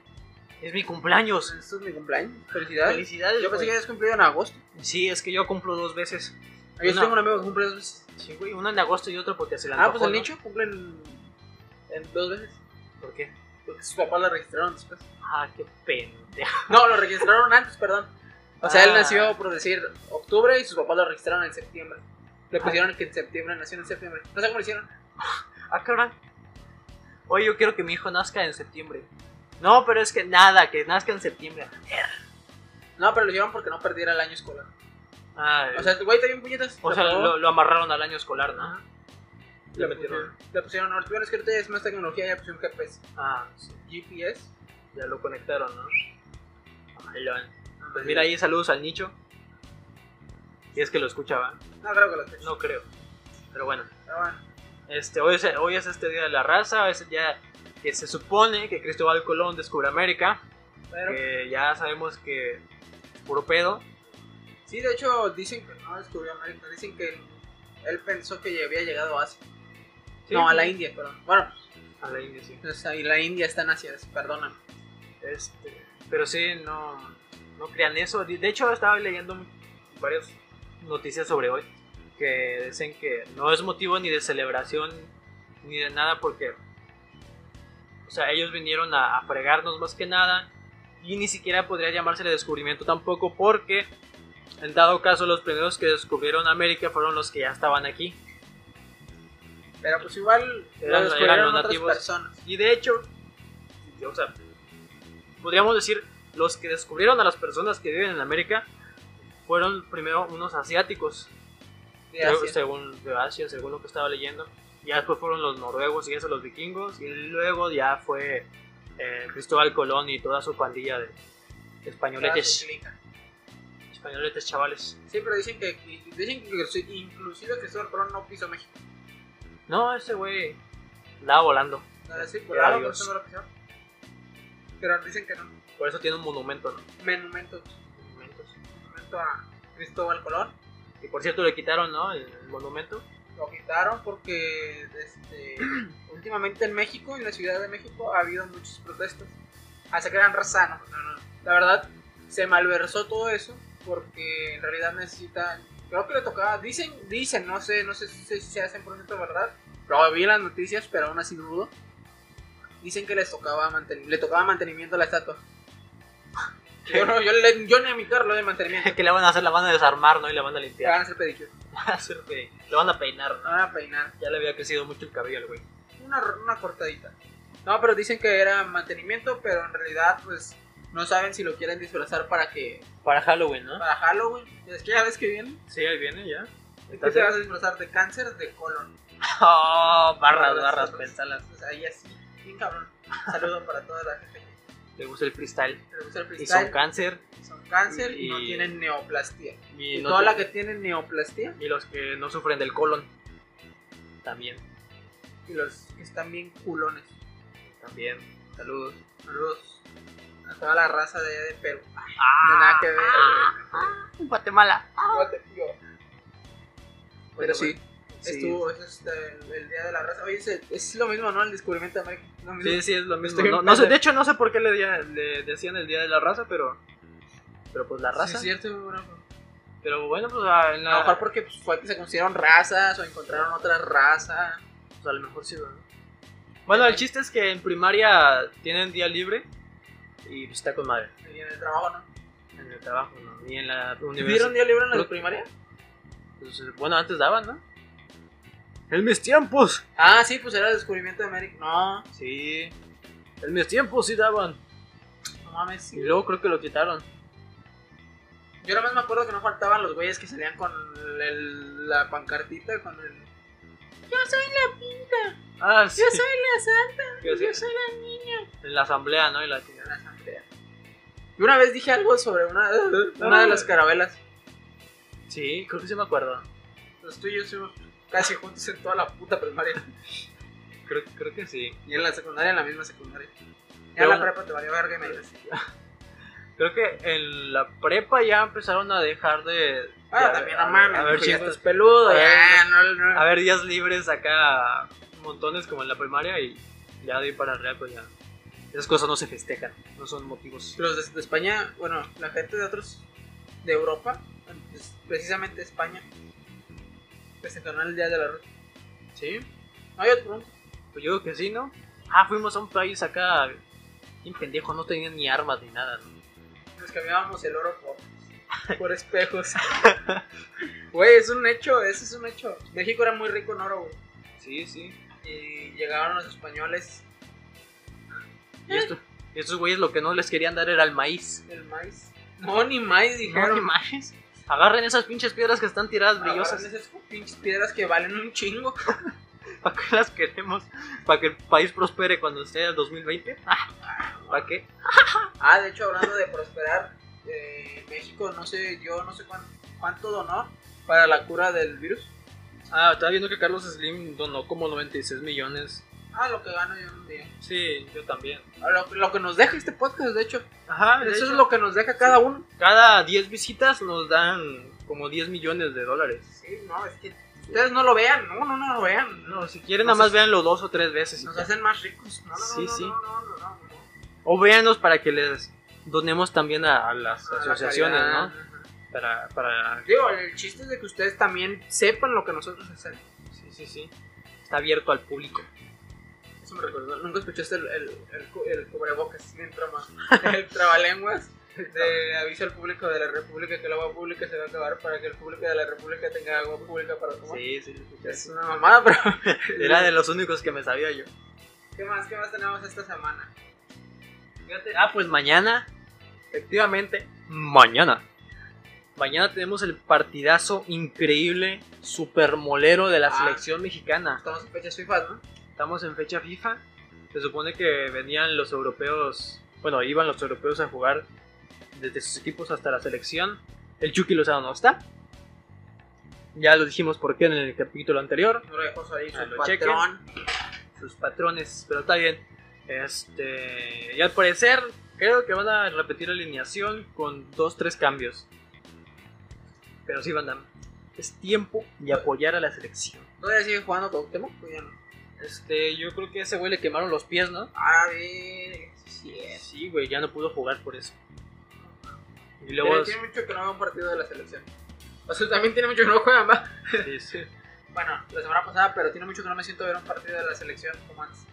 A: Es mi cumpleaños.
B: Esto es mi cumpleaños. Felicidades.
A: Felicidades.
B: Yo pensé que
A: güey.
B: habías cumplido en agosto.
A: Sí, es que yo cumplo dos veces.
B: Yo
A: No.
B: tengo un amigo que cumple dos veces.
A: Sí, güey, una en agosto y otra porque se la
B: Ah, pues el nicho cumple en, en dos veces.
A: ¿Por qué?
B: Porque sus papás lo registraron después.
A: Ah, qué pendejo.
B: No, lo registraron antes, perdón. O sea, él
A: Ah.
B: nació, por decir, octubre y sus papás lo registraron en septiembre. Le pusieron que en septiembre, nació en septiembre. No sé cómo lo hicieron.
A: Ah, cabrón. Oye, yo quiero que mi hijo nazca en septiembre. No, pero es que nada, que nazca en septiembre.
B: No, pero lo hicieron porque no perdiera el año escolar.
A: Ah,
B: O sea, el güey, está bien puñetas.
A: O sea,
B: Lo-
A: lo, lo amarraron al año escolar, ¿no?
B: Ajá. le, pusieron, le pusieron, ahorita, bueno, es que ahorita ya es más tecnología, ya pusieron GPS.
A: Ah, sí,
B: GPS.
A: ya lo conectaron, ¿no? Malón. Pues mira ahí, saludos al nicho. Y es que lo escuchaba.
B: No, creo que lo escuché.
A: No creo. Pero bueno,
B: Pero bueno,
A: este, hoy, es, hoy es este día de la raza, es el día que se supone que Cristóbal Colón descubre América.
B: pero-
A: Que ya sabemos que es puro pedo.
B: Sí, de hecho, dicen que no descubrió América. Dicen que él, él pensó que ya había llegado a Asia.
A: Sí,
B: no, a
A: pues,
B: la India, perdón. Bueno,
A: A la India, sí.
B: o sea, y la India está en Asia, perdóname.
A: Este, pero sí, no, no crean eso. De de hecho, estaba leyendo varias noticias sobre hoy que dicen que no es motivo ni de celebración ni de nada porque, o sea, ellos vinieron a, a fregarnos más que nada y ni siquiera podría llamársele descubrimiento tampoco porque, en dado caso, los primeros que descubrieron América fueron los que ya estaban aquí.
B: Pero pues igual
A: Eran-
B: lo descubrieron
A: eran los
B: otras
A: nativos.
B: personas.
A: Y de hecho, o sea, podríamos decir, los que descubrieron a las personas que viven en América fueron primero unos asiáticos,
B: de
A: creo-
B: Asia.
A: según de Asia, según lo que estaba leyendo. Ya después fueron los noruegos y eso, los vikingos. Y luego ya fue eh, Cristóbal Colón y toda su pandilla de
B: Todas sus
A: españoletes,
B: clicas.
A: españoletes chavales.
B: Sí, pero dicen que, dicen que inclusi- inclusive Cristóbal Colón no pisó México.
A: No, ese güey andaba volando.
B: No, sí, por
A: Era
B: algo, por
A: Dios.
B: eso no lo pisó. Pero dicen que no.
A: Por eso tiene un monumento, ¿no?
B: Monumento,
A: Monumentos.
B: monumento a Cristóbal Colón.
A: Y por cierto, le quitaron, ¿no? El, el monumento.
B: Lo quitaron porque este, últimamente en México, en la Ciudad de México, ha habido muchos protestas. Hasta que eran razanos. La verdad, se malversó todo eso porque en realidad necesitan... Creo que le tocaba, dicen, dicen, no sé, no sé si se hacen por ciento verdad. Lo vi en las noticias, pero aún así dudo. Dicen que les tocaba manten- le tocaba mantenimiento a la estatua. Yo, no, yo, le- yo ni a mi carro le doy mantenimiento.
A: que le van a hacer? La van a desarmar, ¿no? Y la van a
B: Le
A: limpiar.
B: van a hacer pedicure,
A: Hacer que- le van a peinar,
B: le
A: ¿no?
B: van a peinar.
A: Ya le había crecido mucho el cabello al güey.
B: una, una cortadita. No, pero dicen que era mantenimiento, pero en realidad, pues, no saben si lo quieren disfrazar para que,
A: Para Halloween, ¿no?
B: para Halloween. Es que ya ves que viene.
A: Sí, ahí viene ya.
B: ¿De ¿Qué te vas a disfrazar? ¿De cáncer? ¿De colon?
A: Oh, barras, barras,
B: Barras,
A: pétalas.
B: Pues ahí así, bien cabrón. Saludo para toda la gente
A: Le gusta el freestyle.
B: que le gusta el
A: Y son
B: freestyle.
A: cáncer.
B: Son, cáncer y,
A: y-
B: no tienen neoplastía.
A: Y,
B: Y,
A: no
B: toda
A: te-
B: la que tiene neoplastía
A: y los que no sufren del colon. También,
B: y los que están bien culones.
A: también. Saludos.
B: Saludos a toda la raza de, de Perú.
A: Ah,
B: no nada que ver.
A: Guatemala.
B: Guatemala. Pero
A: Bueno,
B: sí.
A: Sí.
B: Estuvo, es este, el, el Día de la Raza. Oye, es, es lo mismo, ¿no? El descubrimiento de América. Lo mismo.
A: Sí, sí, es lo mismo.
B: Estoy
A: No,
B: en
A: no sé,
B: pendejo.
A: de hecho, no sé por qué le, día- le decían el Día de la Raza, pero. Pero pues la
B: Sí,
A: raza.
B: es cierto, muy bueno.
A: Pero bueno, pues a, en
B: A lo
A: la-
B: mejor porque pues, fue que se consideraron razas o encontraron otra raza.
A: pues, a lo mejor sí, ¿no? Bueno, el chiste es que en primaria tienen día libre y pues, está con madre.
B: Y en el trabajo, ¿no?
A: En el trabajo, ¿no? Y en la
B: ¿Tuvieron
A: universidad.
B: día libre en la
A: Creo-
B: primaria?
A: pues, bueno, antes daban, ¿no? En mis tiempos.
B: Ah, sí, pues era el descubrimiento de América. No,
A: Sí. En mis tiempos sí daban.
B: no mames. sí.
A: Y luego creo que lo quitaron.
B: Yo nada más me acuerdo que no faltaban los güeyes que salían con el- la pancartita, con el. Yo soy la pinta,
A: Ah, sí.
B: yo soy la santa,
A: que
B: yo
A: sí.
B: soy la niña.
A: En la asamblea, ¿no? Y la
B: en la asamblea. Y una vez dije algo sobre una, una de las carabelas.
A: Sí, creo que sí me acuerdo.
B: Los tuyos estuvimos casi juntos en toda la puta primaria.
A: Creo, creo que sí.
B: Y en la secundaria, en la misma secundaria. Ya
A: Pero-
B: en la prepa te valió verga y me dices. "Ah,
A: Creo que en la prepa ya empezaron a dejar de.
B: Ah,
A: de-
B: también,
A: a,
B: no mames.
A: A ver,
B: pues ya
A: chingos-
B: estás peludo.
A: Ah,
B: Ya, no, no.
A: a ver, días libres acá, montones como en la primaria y ya de ahí para real, pues ya. Esas cosas no se festejan, no son motivos.
B: Los de, de España, bueno, la gente de otros de Europa, pues, precisamente España, pues se ganó el Día de la Rosa.
A: ¿Sí?
B: No, yo te pregunto.
A: Pues yo creo que sí, ¿no? Ah, fuimos a un país acá. Bien pendejo, no tenían ni armas ni nada, ¿no?
B: Nos cambiábamos el oro por, por espejos. Güey, es un hecho, eso es un hecho. México era muy rico en oro, güey.
A: Sí, sí.
B: Y llegaron los españoles,
A: Y, esto- y estos güeyes lo que no les querían dar era el maíz.
B: el maíz. No, ni maíz,
A: No,
B: dijeron.
A: ni maíz. Ah, Agarren esas pinches piedras que están tiradas
B: Agarran
A: brillosas.
B: esas pinches piedras que valen un chingo.
A: ¿Para qué las queremos? ¿Para que el país prospere cuando esté el 2020? ¿Para qué?
B: Ah, de hecho, hablando de prosperar, eh, México, no sé, yo no sé cuánto, cuánto donó para la cura del virus.
A: Ah, estaba viendo que Carlos Slim donó como 96 millones.
B: Ah, lo que gano yo un día.
A: Sí, yo también.
B: Ah, Lo, lo que nos deja este podcast, de hecho.
A: Ajá,
B: Eso es lo que nos deja cada uno.
A: Cada 10 visitas nos dan como 10 millones de dólares.
B: Sí, no, es que ustedes no lo vean, no, no, no lo vean.
A: No, si quieren,
B: Nos
A: nada más
B: hace-
A: véanlo dos o tres veces. y
B: Nos
A: ya.
B: hacen más ricos. No, no, no,
A: Sí,
B: no,
A: sí.
B: no, no, no, no, no.
A: O véanlos para que les donemos también a, a las
B: A la
A: asociaciones,
B: caridad,
A: ¿no?
B: ajá.
A: Para, para...
B: Digo, el chiste es de que ustedes también sepan lo que nosotros hacemos.
A: Sí, sí, sí. Está abierto al público.
B: Eso me recordó. Nunca escuchaste el, el, el, cu- el cubrebocas, ni el, trama- el trabalenguas de aviso al público de la República que el agua pública se va a acabar para que el público de la República tenga agua pública para tomar.
A: Sí, sí,
B: Es una mamada, pero.
A: Era de los únicos que me sabía yo.
B: ¿Qué más? ¿Qué más tenemos esta semana?
A: Fíjate, ah, pues mañana, efectivamente, mañana Mañana tenemos el partidazo increíble, super molero de la
B: Ah.
A: selección mexicana.
B: Estamos en fechas FIFA, ¿no?
A: Estamos en fecha FIFA. Se supone que venían los europeos, bueno, iban los europeos a jugar desde sus equipos hasta la selección. El Chucky Lozano no está. Ya lo dijimos por qué en el capítulo anterior.
B: No lo dejó ahí
A: Ah,
B: su
A: lo chequen.
B: patrón.
A: Sus patrones, pero está bien. Este, y al parecer creo que van a repetir alineación con dos, tres cambios. Pero sí, Van Damme, es tiempo de apoyar a la selección.
B: ¿Todavía sigue jugando Cuauhtémoc? Pues ya no.
A: Este, yo creo que a ese güey le quemaron los pies, ¿no?
B: Ah, bien. Sí, es.
A: Sí, güey, ya no pudo jugar por eso. Y
B: Tiene,
A: luego.
B: tiene mucho que no veo un partido de la selección. O sea, también tiene mucho que no juegan, ¿va?
A: sí, sí.
B: Bueno, la semana pasada, pero tiene mucho que no me siento a ver un partido de la selección como antes.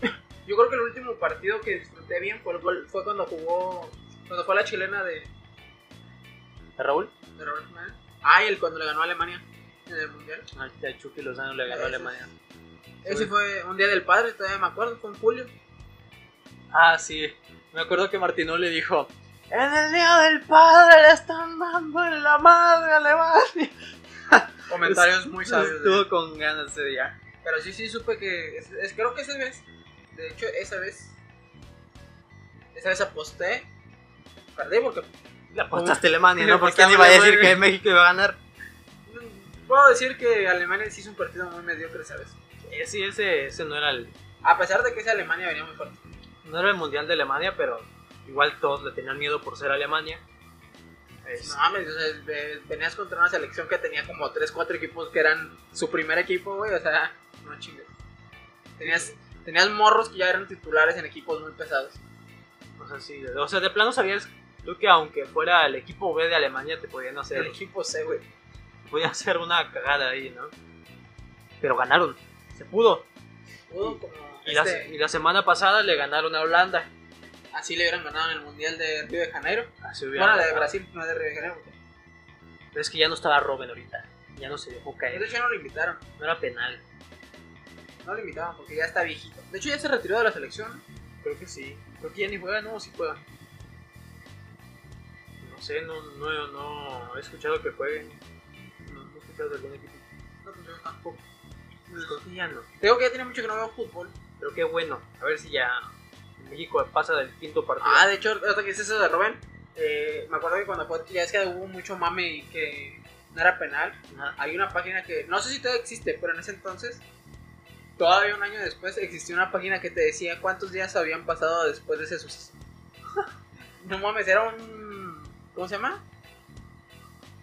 B: Yo creo que el último partido que disfruté bien fue, el gol- fue cuando jugó. Cuando fue la chilena de,
A: ¿A Raúl?
B: de Raúl Jiménez. Ah, y el cuando le ganó a Alemania en el mundial.
A: Ah, A Chucky Lozano le ganó a
B: Ese-
A: Alemania.
B: Ese fue un día del padre, todavía me acuerdo, fue en julio.
A: Ah, sí. Me acuerdo que Martinó le dijo: En el día del padre le están dando en la madre a Alemania.
B: Comentarios muy sabios. ¿eh? de-
A: Estuvo con ganas ese día.
B: Pero sí, sí, supe que. es- es- creo que esa vez. De hecho, esa vez. Esa vez aposté. Perdí porque.
A: Le apostaste a Alemania,
B: Le
A: ¿no? Porque él
B: apostaba
A: iba a
B: a
A: decir
B: Alemania.
A: que México iba a ganar.
B: mm, Puedo decir que Alemania sí hizo un partido muy mediocre, ¿sabes?
A: Eh, Sí, ese, ese no, era el,
B: A pesar de que esa Alemania venía muy fuerte.
A: no era el mundial de Alemania, pero igual todos le tenían miedo por ser Alemania.
B: No mames, o sea, ve- venías contra una selección que tenía como 3, 4 equipos que eran su primer equipo, güey. O sea, no chingues. Tenías, tenías morros que ya eran titulares en equipos muy pesados.
A: O sea, sí, o sea, de plano sabías tú que aunque fuera el equipo B de Alemania te podían
B: El
A: hacer,
B: equipo C, güey.
A: podían hacer una cagada ahí, ¿no? Pero ganaron, se pudo.
B: Pudo como.
A: Y, la,
B: este-
A: y la semana pasada le ganaron a Holanda.
B: Así le hubieran ganado en el Mundial de Río de Janeiro.
A: Así Ah, hubiera
B: Bueno, de
A: ganado.
B: Brasil, no de Río de Janeiro. porque-
A: Pero es que ya no estaba Robin ahorita, ya no se dejó
B: De
A: caer,
B: hecho, ya no lo invitaron.
A: no era penal.
B: No lo invitaban porque ya está viejito. De hecho, ya se retiró de la selección.
A: Creo que sí, creo que ya ni juega, no, sí juega. No sé, no, no, no he escuchado que juegue. No, no he escuchado de algún equipo.
B: No, pues yo tampoco.
A: Creo que ya no.
B: Te Digo que ya tiene mucho que no veo fútbol.
A: Pero qué bueno, a ver si ya México pasa del quinto partido.
B: Ah, de hecho, ahorita que dices eso de Rubén, eh, me acuerdo que cuando fue, ya es que hubo mucho mame y que no era penal.
A: Ajá.
B: Hay una página que, no sé si todavía existe, pero en ese entonces, todavía un año después, existió una página que te decía cuántos días habían pasado después de ese suceso. no mames, era un. ¿Cómo se llama?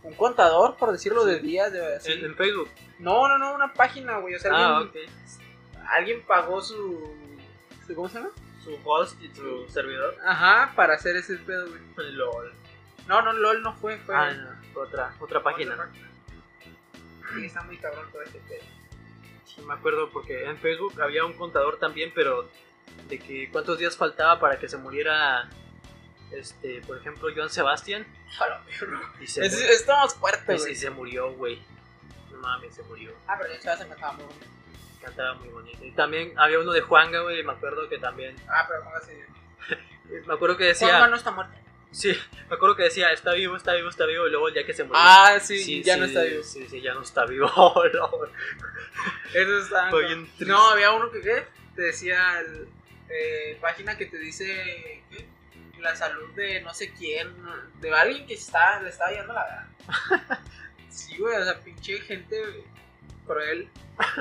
B: Un contador, por decirlo, de días. De, así.
A: En, en Facebook.
B: No, no, no, una página, güey. O sea,
A: Ah,
B: alguien,
A: ok.
B: alguien pagó su, su. ¿Cómo se llama?
A: Su host y su servidor.
B: Ajá, para hacer ese pedo, güey.
A: LOL.
B: No, no, LOL no fue, fue.
A: Ah, no, otra, otra página.
B: Sí, está muy cabrón todo este pedo.
A: Sí, me acuerdo porque en Facebook había un contador también, pero de que cuántos días faltaba para que se muriera, este, por ejemplo, Joan Sebastián. Y se,
B: Es,
A: murió,
B: es todo más fuerte,
A: y se-
B: güey.
A: y se murió, güey. No mames, se murió.
B: Ah, pero ya se me estaba muy bonito.
A: Cantaba muy bonito. Y también había uno de Juanga, güey, me acuerdo que también.
B: Ah, pero póngase.
A: Me acuerdo que decía.
B: Juanma no está muerto.
A: Sí, me acuerdo que decía, está vivo, está vivo, está vivo, y luego el día que se murió.
B: Ah, sí, ya no está vivo.
A: Sí, sí, ya no está vivo. no.
B: Eso está.
A: Fue bien triste.
B: No, había uno que qué? Te decía el- eh, página que te dice ¿qué? la salud de no sé quién, de alguien que está, le está yendo la verdad. sí, güey, o sea, pinche gente güey, cruel.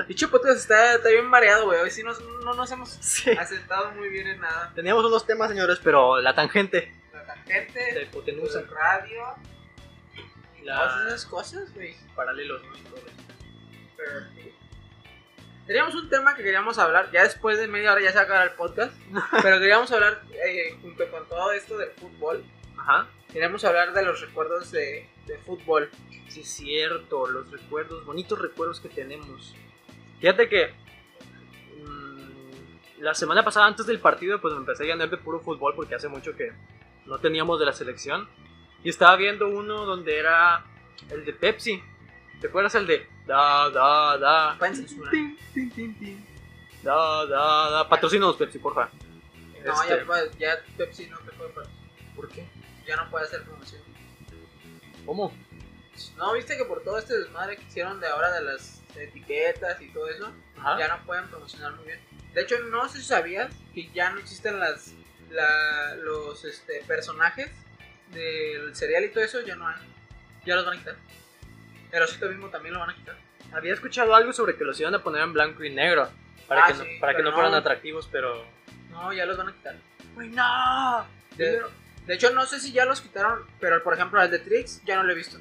B: Dicho podcast está, está bien mareado, güey. Hoy sí nos- no nos hemos
A: Sí.
B: asentado muy bien en nada.
A: Teníamos unos temas, señores, pero la tangente,
B: La
A: la
B: tangente,
A: hipotenusa,
B: el radio, y
A: La-
B: todas esas cosas, güey.
A: paralelos, ¿no? Y todo eso.
B: Pero, sí. Teníamos un tema que queríamos hablar, ya después de media hora ya se acaba el podcast, pero queríamos hablar, eh, junto con todo esto del fútbol,
A: Ajá.
B: queríamos hablar de los recuerdos de, de fútbol.
A: Sí, es cierto, los recuerdos, bonitos recuerdos que tenemos. Fíjate que mm, la semana pasada antes del partido pues me empecé a llenar de puro fútbol porque hace mucho que no teníamos de la selección. Y estaba viendo uno donde era el de Pepsi. ¿Te acuerdas el de da da da?
B: Pueden censurar.
A: Tin, tin, tin, tin. Da da da. Patrocínanos Pepsi, porfa.
B: No,
A: Este-
B: ya, puede- ya Pepsi no te puede,
A: ¿Por qué?
B: ya no puede hacer promoción.
A: ¿Cómo?
B: No, viste que por todo este desmadre que hicieron de ahora de las etiquetas y todo eso,
A: Ajá.
B: ya no pueden promocionar muy bien. De hecho, no sé si sabías que ya no existen las la- los este, personajes del cereal y todo eso, ya no hay. Ya los van a quitar. El osito mismo también lo van a quitar.
A: Había escuchado algo sobre que los iban a poner en blanco y negro. Para,
B: Ah,
A: que, no,
B: sí,
A: para que
B: pero
A: no fueran
B: no.
A: atractivos, pero.
B: No, ya los van a quitar.
A: ¡Uy, no!
B: De, de hecho, no sé si ya los quitaron, pero por ejemplo, al de Trix ya no lo he visto.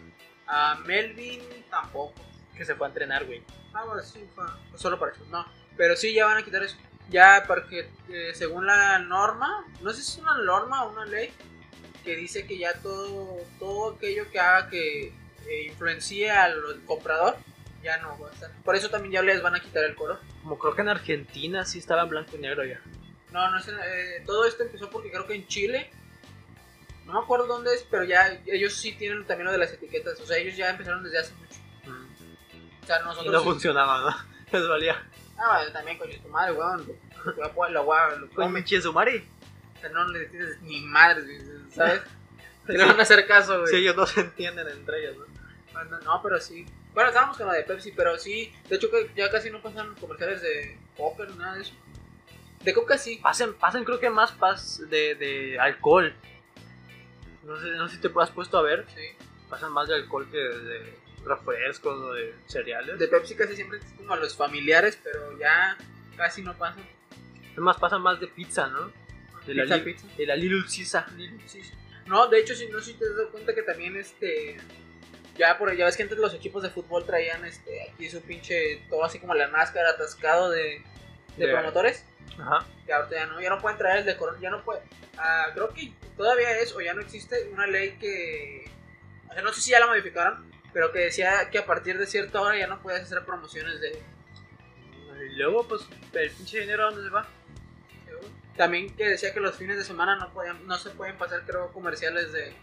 B: A Melvin tampoco.
A: Que se fue a entrenar, güey.
B: Ah, bueno, sí, fue- fue solo para eso. No, pero sí, ya van a quitar eso. Ya, porque eh, según la norma, no sé si es una norma o una ley, que dice que ya todo, todo aquello que haga que eh, influencie al comprador, ya no va a estar. Por eso también ya les van a quitar el color.
A: Como creo que en Argentina sí estaba en blanco y negro ya.
B: No, no es en- eh, todo esto empezó porque creo que en Chile, no me acuerdo dónde es, pero ya ellos sí tienen también lo de las etiquetas. O sea, ellos ya empezaron desde hace mucho. O sea,
A: Y
B: nosotros...
A: Mm, no pues funcionaba, ¿no? Les valía.
B: Ah, también coño tu madre, weón. Lo voy a poner, lo voy a- lo
A: Con
B: come.
A: Chesumari.
B: O sea, no le tienes ni madre, güey, ¿sabes? Que le van a hacer caso, güey.
A: Si ellos no se entienden entre ellos, ¿no?
B: Bueno, no, pero sí. Bueno, estábamos con la de Pepsi, pero sí. De hecho, que ya casi no pasan comerciales de Coca ni nada de eso. De Coca sí.
A: Pasen, pasen creo que más pas de, de alcohol. No sé, no sé si te has puesto a ver.
B: Sí.
A: Pasan más de alcohol que de refrescos o de cereales.
B: De Pepsi casi siempre es como a los familiares, pero ya casi no pasan.
A: Es más, pasan más de pizza, ¿no? De la,
B: Pizza,
A: li-
B: pizza.
A: de la Little Caesar.
B: Sí, sí. No, de hecho, si no, si te das cuenta que también este. Ya por ya ves que antes los equipos de fútbol traían este aquí su pinche todo así como la máscara atascado de, de
A: De-
B: promotores.
A: Ajá.
B: que ahorita ya no, ya no pueden traer el de corona, ya no puede, ah, creo que todavía es o ya no existe una ley que, o sea, no sé si ya la modificaron, pero que decía que a partir de cierta hora ya no puedes hacer promociones de,
A: Y luego, pues, el pinche dinero, ¿a dónde se va?
B: también que decía que los fines de semana no podían, no se pueden pasar creo comerciales de,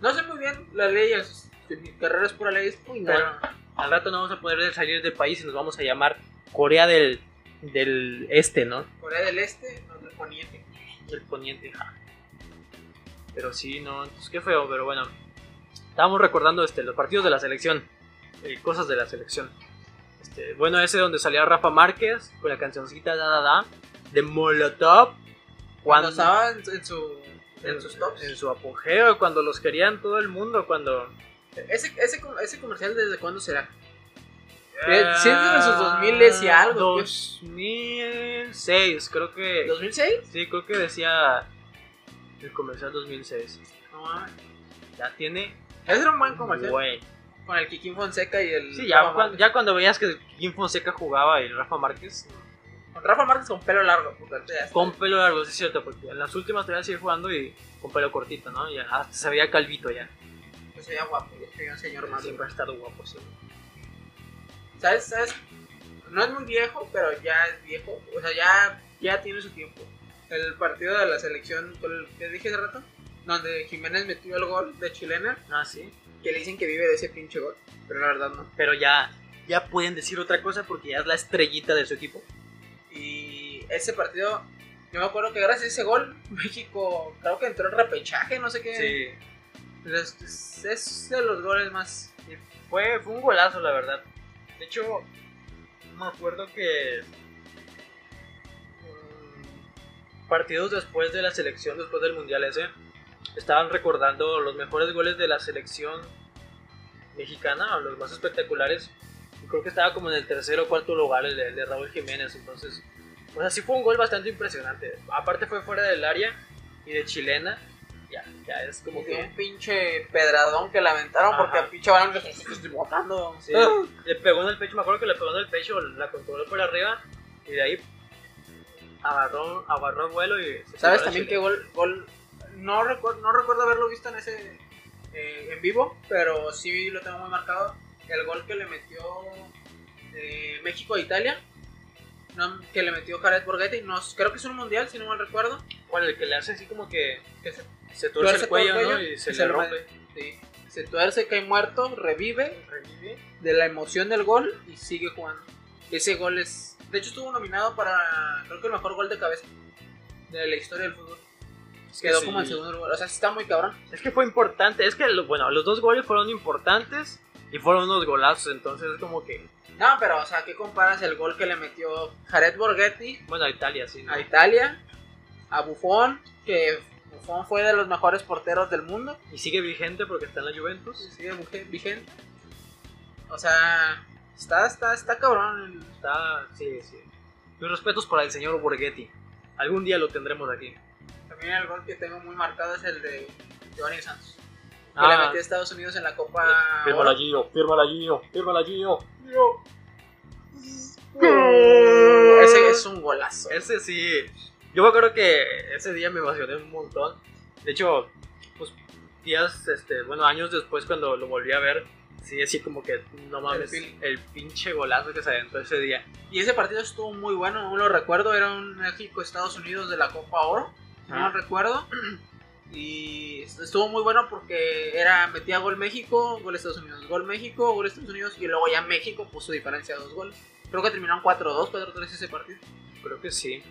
B: no sé muy bien las leyes, mi carrera es pura ley, es-
A: Uy,
B: pero
A: Al rato no vamos a poder salir del país y nos vamos a llamar Corea del, del Este, ¿no?
B: Corea del Este, no del Poniente,
A: Del Poniente. ja. Pero sí, no, entonces qué feo, pero bueno. Estábamos recordando este, los partidos de la selección, eh, cosas de la selección. Este, bueno, ese donde salía Rafa Márquez con la cancioncita da da da de Molotov.
B: cuando estaba en, en su, en sus tops.
A: en su apogeo, cuando los querían todo el mundo, cuando...
B: Ese, ese, com- ese comercial desde cuándo será? Sí, Eh, es de sus 2000 es y
A: Ah,
B: algo, tío.
A: 2006, creo que...
B: ¿2006?
A: Sí, creo que decía el comercial 2006.
B: No
A: ah.
B: mames.
A: Ya tiene...
B: Ese era un buen comercial. Mm,
A: Güey.
B: Con el Kikín Fonseca y el.
A: Sí, ya,
B: Rafa
A: cuan-
B: Márquez.
A: ya cuando veías que Kim Fonseca jugaba y Rafa Márquez,
B: Con Rafa Márquez con pelo largo. porque ahorita ya está.
A: con pelo largo, sí es cierto, porque en las últimas todavía sigue jugando y con pelo cortito, ¿no? Y hasta se veía calvito ya.
B: Pues se veía guapo. Ya se veía un señor más.
A: Siempre ha estado guapo, sí.
B: ¿Sabes? ¿Sabes? No es muy viejo, pero ya es viejo. O sea, ya, ya tiene su tiempo. El partido de la selección con el que dije hace rato, donde Jiménez metió el gol de chilena,
A: Ah, sí.
B: que le dicen que vive de ese pinche gol. Pero la verdad no.
A: Pero ya, ya pueden decir otra cosa porque ya es la estrellita de su equipo.
B: Y ese partido, yo me acuerdo que gracias a ese gol, México creo que entró en repechaje, no sé qué. Es, es- es de los goles más.
A: Y Fue, fue un golazo, la verdad. De hecho, me acuerdo que. mm, Partidos después de la selección, después del mundial ese, estaban recordando los mejores goles de la selección mexicana, o los más espectaculares. Y creo que estaba como en el tercer o cuarto lugar el de, el de Raúl Jiménez. Entonces, o sea, sí fue un gol bastante impresionante. Aparte, fue fuera del área y de chilena. Ya, ya es como
B: Como que
A: que.
B: un pinche pedradón que lamentaron porque
A: Ajá.
B: el pinche balón que estoy botando. Ah,
A: Sí, le pegó en el pecho, me acuerdo que le pegó en el pecho, la controló por arriba y de ahí agarró, agarró vuelo y... se
B: ¿Sabes
A: tiró
B: también
A: al
B: qué
A: Chile.
B: gol? gol no, recuerdo, no recuerdo haberlo visto en ese. eh, en vivo, pero sí lo tengo muy marcado. El gol que le metió eh, México a Italia. no, que le metió Jared Borghetti. No, creo que es un mundial, si no mal recuerdo.
A: Bueno, el que le hace así como que
B: Que se,
A: se tuerce el cuello, ¿no? Y se, le
B: ma-
A: rompe.
B: sí. se tuerce, cae muerto, revive de la emoción del gol y sigue jugando. Ese gol es. De hecho, estuvo nominado para, creo que el mejor gol de cabeza de la historia del fútbol.
A: Es que
B: Quedó
A: sí.
B: como en segundo lugar. O sea, sí está muy cabrón.
A: Es que fue importante. Es que, lo- bueno, los dos goles fueron importantes y fueron unos golazos. Entonces es como que,
B: No, pero, o sea, ¿qué comparas el gol que le metió Jared Borghetti
A: bueno, a Italia sí. ¿no?
B: a Italia, a Buffon, que Buffon fue de los mejores porteros del mundo,
A: Y sigue vigente porque está en la Juventus.
B: sigue vige- vigente. O sea, está, está, está cabrón.
A: Está, sí, sí. Mis respetos para el señor Borghetti. Algún día lo tendremos aquí.
B: También el gol que tengo muy marcado es el de Giovanni Santos, que
A: Ah.
B: le metió a Estados Unidos en la Copa. Oro.
A: Gio, fírmala Gio, fírmala Gio.
B: Ese es un golazo.
A: Ese sí. Yo me acuerdo que ese día me emocioné un montón. De hecho, pues días, este, bueno, años después cuando lo volví a ver, sí, así como que no mames,
B: El
A: el,
B: pin-
A: pinche golazo que se aventó ese día.
B: Y ese partido estuvo muy bueno, no lo recuerdo, era un México-Estados Unidos de la Copa Oro, no
A: Ah.
B: lo recuerdo. Y estuvo muy bueno porque era metía gol México, gol Estados Unidos, gol México, gol Estados Unidos y luego ya México puso diferencia de dos goles. Creo que terminaron 4-2, 4-3 ese partido.
A: Creo que sí.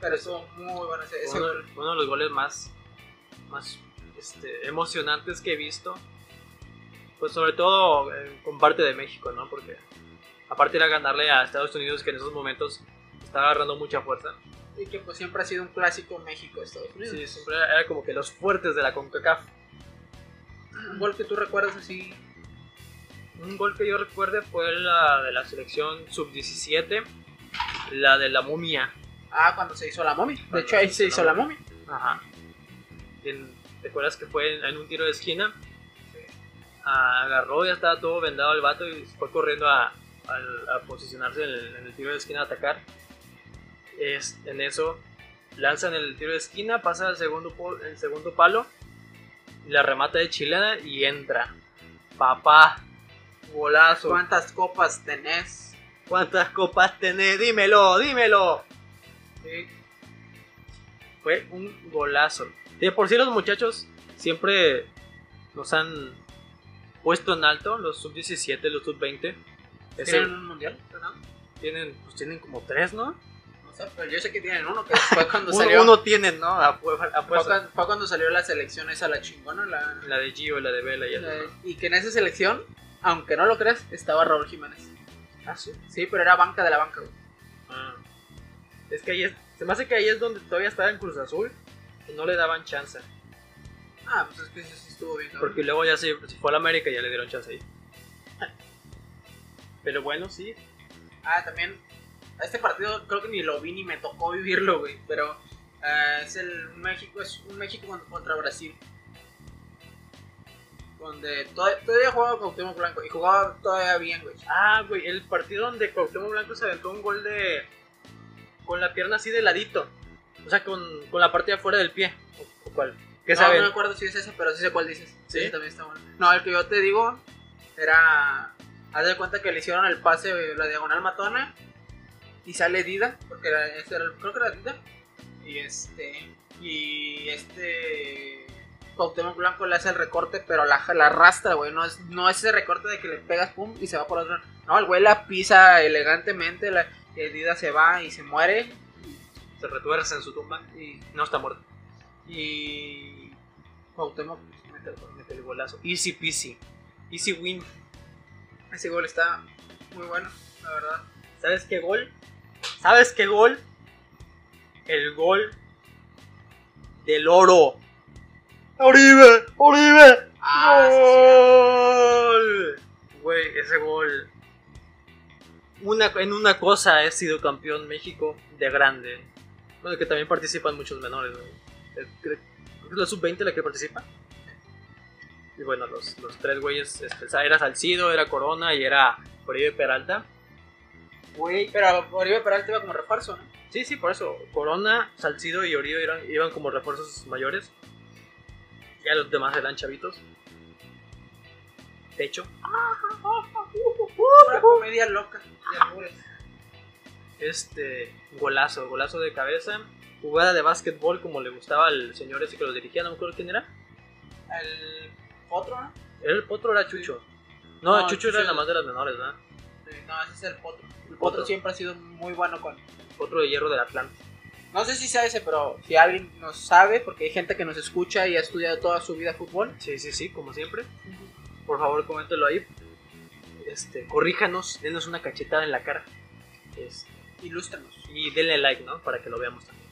B: Pero estuvo muy bueno ese, ese
A: Uno,
B: gol.
A: uno de los goles más, más este, emocionantes que he visto. Pues sobre todo eh, con parte de México, ¿no? Porque aparte era ganarle a Estados Unidos que en esos momentos estaba agarrando mucha fuerza. ¿no?
B: Y que pues siempre ha sido un clásico México-Estados Unidos.
A: Sí, siempre era era como que los fuertes de la CONCACAF.
B: Un gol que tú recuerdas así.
A: Un gol que yo recuerde fue la de la selección sub-17, la de la momia.
B: Ah, cuando se hizo la momia. De
A: Cuando
B: hecho ahí
A: se
B: se
A: hizo
B: hizo
A: la
B: la momia.
A: Ajá. En- ¿Te acuerdas que fue en, en un tiro de esquina? Agarró, ya estaba todo vendado el vato y fue corriendo a, al- a posicionarse en el, en el tiro de esquina a atacar. Es, en eso lanzan el tiro de esquina, pasa al segundo, po- el segundo palo, y la remata de chilena y entra. Papá, golazo.
B: ¿Cuántas copas tenés?
A: ¿Cuántas copas tenés? Dímelo, dímelo.
B: Sí.
A: Fue un golazo. De por sí los muchachos siempre nos han puesto en alto, los sub-17, los sub-20. Ese-
B: ¿Tienen un mundial? ¿No?
A: Tienen, pues tienen como tres, ¿no?
B: No sé, pero yo sé que tienen uno, que fue cuando
A: Uno,
B: salió.
A: uno tienen, ¿no? A, fue- a
B: fue,
A: fuerza.
B: cuan- fue cuando salió la selección esa la chingona, la,
A: La de Gio, la de Vela y el
B: la- y que en esa selección, aunque no lo creas, estaba Raúl Jiménez. Ah, sí. Sí, pero era banca de la banca, güey.
A: Ah. Es que ahí es, se me hace que ahí es donde todavía estaba en Cruz Azul. y no le daban chance.
B: Ah, pues es que eso sí estuvo bien. cabrón.
A: Porque luego ya se, se fue a la América y ya le dieron chance ahí. Pero bueno, sí.
B: Ah, también. a Este partido creo que ni lo vi ni me tocó vivirlo, güey. Pero ah, es el México, es un México contra, contra Brasil. Donde todavía, todavía jugaba Cuauhtémoc Blanco y jugaba todavía bien, güey.
A: Ah, güey, el partido donde Cuauhtémoc Blanco se aventó un gol de... Con la pierna así de ladito. O sea, con, con la parte de afuera del pie. ¿O, o cuál? ¿Qué
B: no,
A: saben?
B: no me acuerdo si es ese, pero sí sé cuál dices.
A: ¿Sí?
B: Ese también está bueno. No, el que yo te digo era. Haz de cuenta que le hicieron el pase, eh, la diagonal matona. Y sale Dida, porque era, ese era el- creo que era Dida. Y este. Y este. Cuauhtémoc Blanco le hace el recorte, pero la, la arrastra, güey. No es, no es ese recorte de que le pegas pum y se va por otro. No, el güey la pisa elegantemente. La, y Dida se va y se muere.
A: Se retuerce en su tumba.
B: Y.
A: No está muerto.
B: Y. Cuauhtémoc pues, mete el gol.
A: Mete el golazo. Easy peasy. Easy win.
B: Ese gol está muy bueno, la verdad.
A: ¿Sabes qué gol? ¿Sabes qué gol? El gol del oro. ¡Oribe! ¡Oribe!
B: Ah,
A: ¡Gol! Güey, ese gol. Una, en una cosa he sido campeón México de grande. Bueno, que también participan muchos menores. ¿no? Eh, cre- creo que ¿Es la sub-20 la que participa? Y bueno, los, los tres güeyes, este, era Salcido, era Corona y era Oribe Peralta.
B: Güey, pero Oribe Peralta iba como refuerzo, ¿no?
A: Sí, sí, por eso. Corona, Salcido y Oribe eran- iban como refuerzos mayores. Ya los demás eran chavitos. Techo.
B: Una comedia loca de albures.
A: Este golazo, golazo de cabeza. Jugada de básquetbol como le gustaba al señor ese que los dirigía, no me acuerdo quién era.
B: El otro, ¿no?
A: ¿Era el Potro o era Chucho? No,
B: No,
A: Chucho
B: Chucho
A: era
B: era-
A: la más de las menores, ¿verdad?
B: Sí, No, ese es el potro. El potro
A: Potro.
B: siempre ha sido muy bueno con.
A: Potro de hierro del Atlante.
B: No sé si sea ese, pero si alguien nos sabe, porque hay gente que nos escucha y ha estudiado toda su vida fútbol.
A: Sí, sí, sí, como siempre. Por favor, coméntelo ahí. Este, corríjanos, denos una cachetada en la cara. Este,
B: Ilústranos.
A: y denle like, ¿no? Para que lo veamos también.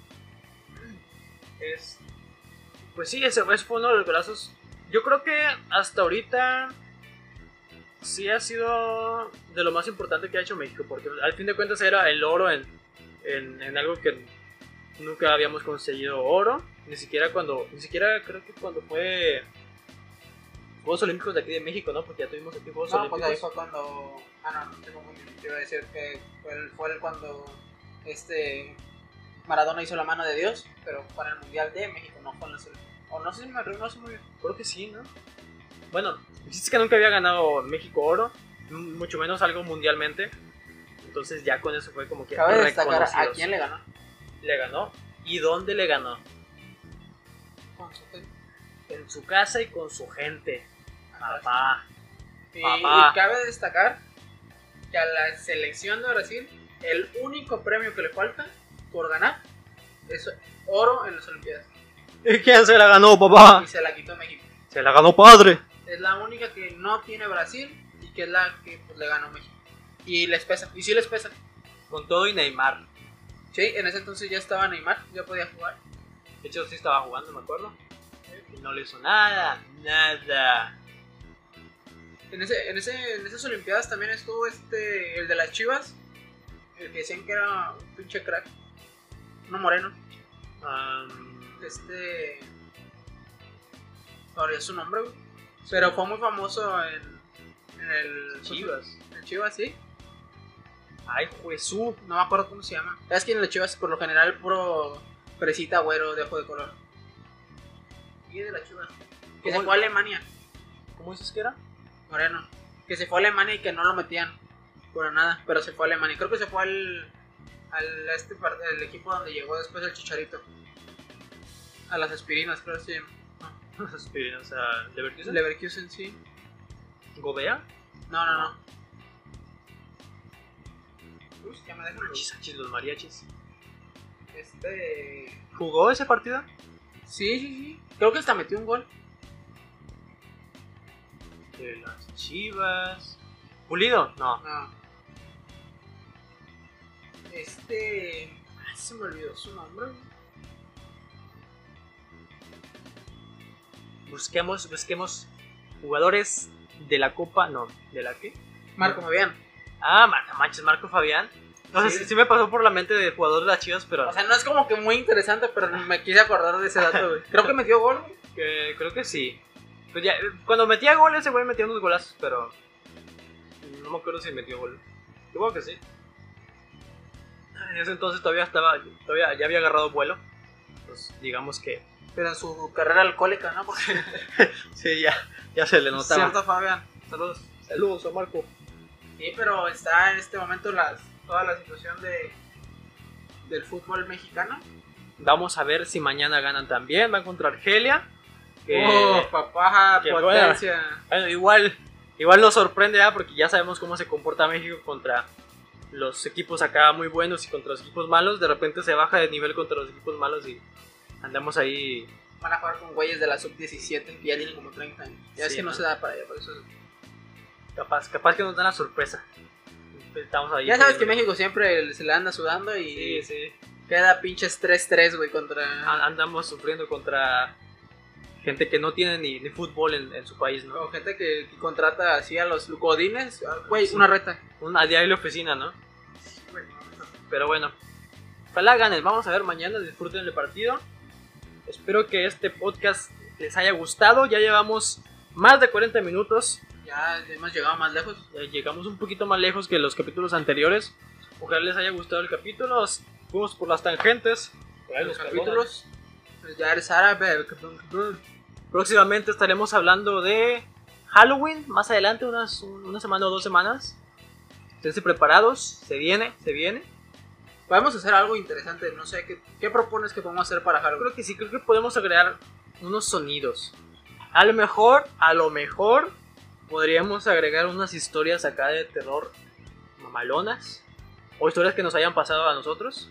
A: Es, pues sí, ese ese fue uno de los golazos. Yo creo que hasta ahorita sí ha sido de lo más importante que ha hecho México, porque al fin de cuentas era el oro en, en- en algo que nunca habíamos conseguido oro, ni siquiera cuando, ni siquiera creo que cuando fue Juegos Olímpicos de aquí de México, ¿no? Porque ya tuvimos aquí Juegos
B: No, pues
A: Olímpicos.
B: ahí fue cuando. Ah, no, no tengo muy bien. Te iba a decir que fue el, fue el cuando este Maradona hizo la mano de Dios, pero fue en el Mundial de México, no fue en las Olimpiadas. O no sé si me reúno, no sé muy bien.
A: Creo que sí, ¿no? Bueno, dijiste que nunca había ganado México oro, m- mucho menos algo mundialmente. Entonces ya con eso fue como que
B: Cabe destacar a
A: reconocidos.
B: quién le ganó.
A: le ganó y dónde le ganó.
B: Con su-
A: En su casa y con su gente. Papá.
B: Y,
A: Papá.
B: y cabe destacar que a la selección de Brasil, el único premio que le falta por ganar es oro en las Olimpiadas.
A: ¿Y quién se la ganó, papá?
B: Y se la quitó México.
A: Se la ganó padre.
B: Es la única que no tiene Brasil y que es la que pues, le ganó México. Y les pesa, y sí les pesa.
A: Con todo y Neymar.
B: Sí, en ese entonces ya estaba Neymar, ya podía jugar.
A: De hecho, sí estaba jugando, me acuerdo. Y no le hizo nada. Nada.
B: En, ese, en, ese, en esas Olimpiadas también estuvo este, el de las Chivas, el que decían que era un pinche crack, uno moreno.
A: Am,
B: este no es su nombre güey. pero fue muy famoso en, en el
A: Chivas.
B: en Chivas sí
A: Ay, Jesús.
B: no me acuerdo cómo se llama es que en el Chivas por lo general puro presita güero de ojo de color y de la Chivas que se
A: ¿Cómo?
B: fue a Alemania
A: ¿Cómo dices que era?
B: Moreno que se fue a Alemania y que no lo metían por nada pero se fue a Alemania creo que se fue al al a este par- al equipo donde llegó después el chicharito a las aspirinas creo que se llama
A: Sí, o sea, Leverkusen.
B: Leverkusen sí
A: ¿Gobea?
B: No, no, no. Uy, ya me dejan
A: Sánchez,
B: los-
A: Sánchez, los mariachis.
B: Este.
A: ¿Jugó ese partido?
B: Sí, sí, sí. Creo que hasta metió un gol.
A: De las Chivas. ¿Pulido? No.
B: No. Este. ay, se me olvidó su nombre. güey.
A: Busquemos, busquemos jugadores de la Copa. No, ¿de la qué?
B: Marco Fabián.
A: Ah, Marta Manches, Marco Fabián. No sé,
B: Sí.
A: sí. sí me pasó por la mente de jugador de las Chivas, pero
B: O sea, no es como que muy interesante, pero me quise acordar de ese dato, güey. Creo que metió gol, güey.
A: que- creo que sí. Pues ya, eh, cuando metía goles, ese güey metía unos golazos, pero no me acuerdo si metió gol. Supongo que sí. En ese entonces todavía estaba, todavía ya había agarrado vuelo. Pues digamos que
B: Pero en su carrera alcohólica, ¿no? Porque
A: Sí, ya, ya se le notaba.
B: cierto Fabián.
A: Saludos. Saludos a Marco.
B: Sí, pero está en este momento las, toda la situación de del fútbol mexicano.
A: Vamos a ver si mañana ganan también. Van contra Argelia. que-
B: oh, papá,
A: que
B: potencia.
A: bueno, igual, igual nos sorprende, ¿ah? porque ya sabemos cómo se comporta México contra los equipos acá muy buenos y contra los equipos malos. De repente se baja de nivel contra los equipos malos y andamos ahí.
B: Van a jugar con güeyes de la sub-17 que ya tienen como 30 años. Ya es
A: Sí,
B: que no
A: ¿no?
B: se da para allá, por eso.
A: Capaz, capaz que nos dan la sorpresa. Estamos ahí.
B: Ya sabes que México siempre se la anda sudando
A: Sí,
B: y
A: Ah. sí.
B: queda pinches 3-3, güey, contra.
A: A- Andamos sufriendo contra gente que no tiene ni, ni fútbol en, en su país, ¿no?
B: O gente que, que contrata así a los Godines. Ah, Güey,
A: Sí.
B: una reta.
A: Una diario oficina, ¿no? Pero bueno, ojalá ganen. Vamos a ver mañana. Disfruten el partido. Espero que este podcast les haya gustado. Ya llevamos más de 40 minutos.
B: Ya hemos llegado más lejos.
A: Ya llegamos un poquito más lejos que los capítulos anteriores. Ojalá les haya gustado el capítulo. Nos Fuimos por las tangentes. Por ahí
B: los
A: nos perdonan.
B: capítulos. Pues ya eres árabe. cabrón, cabrón.
A: Próximamente estaremos hablando de Halloween. Más adelante, unas, una semana o dos semanas. Esténse preparados. Se viene, se viene.
B: Podemos hacer algo interesante. No sé, ¿qué, qué propones que podemos hacer para
A: Yo
B: Halloween?
A: creo que sí, creo que podemos agregar unos sonidos. A lo mejor, a lo mejor podríamos agregar unas historias acá de terror mamalonas o historias que nos hayan pasado a nosotros.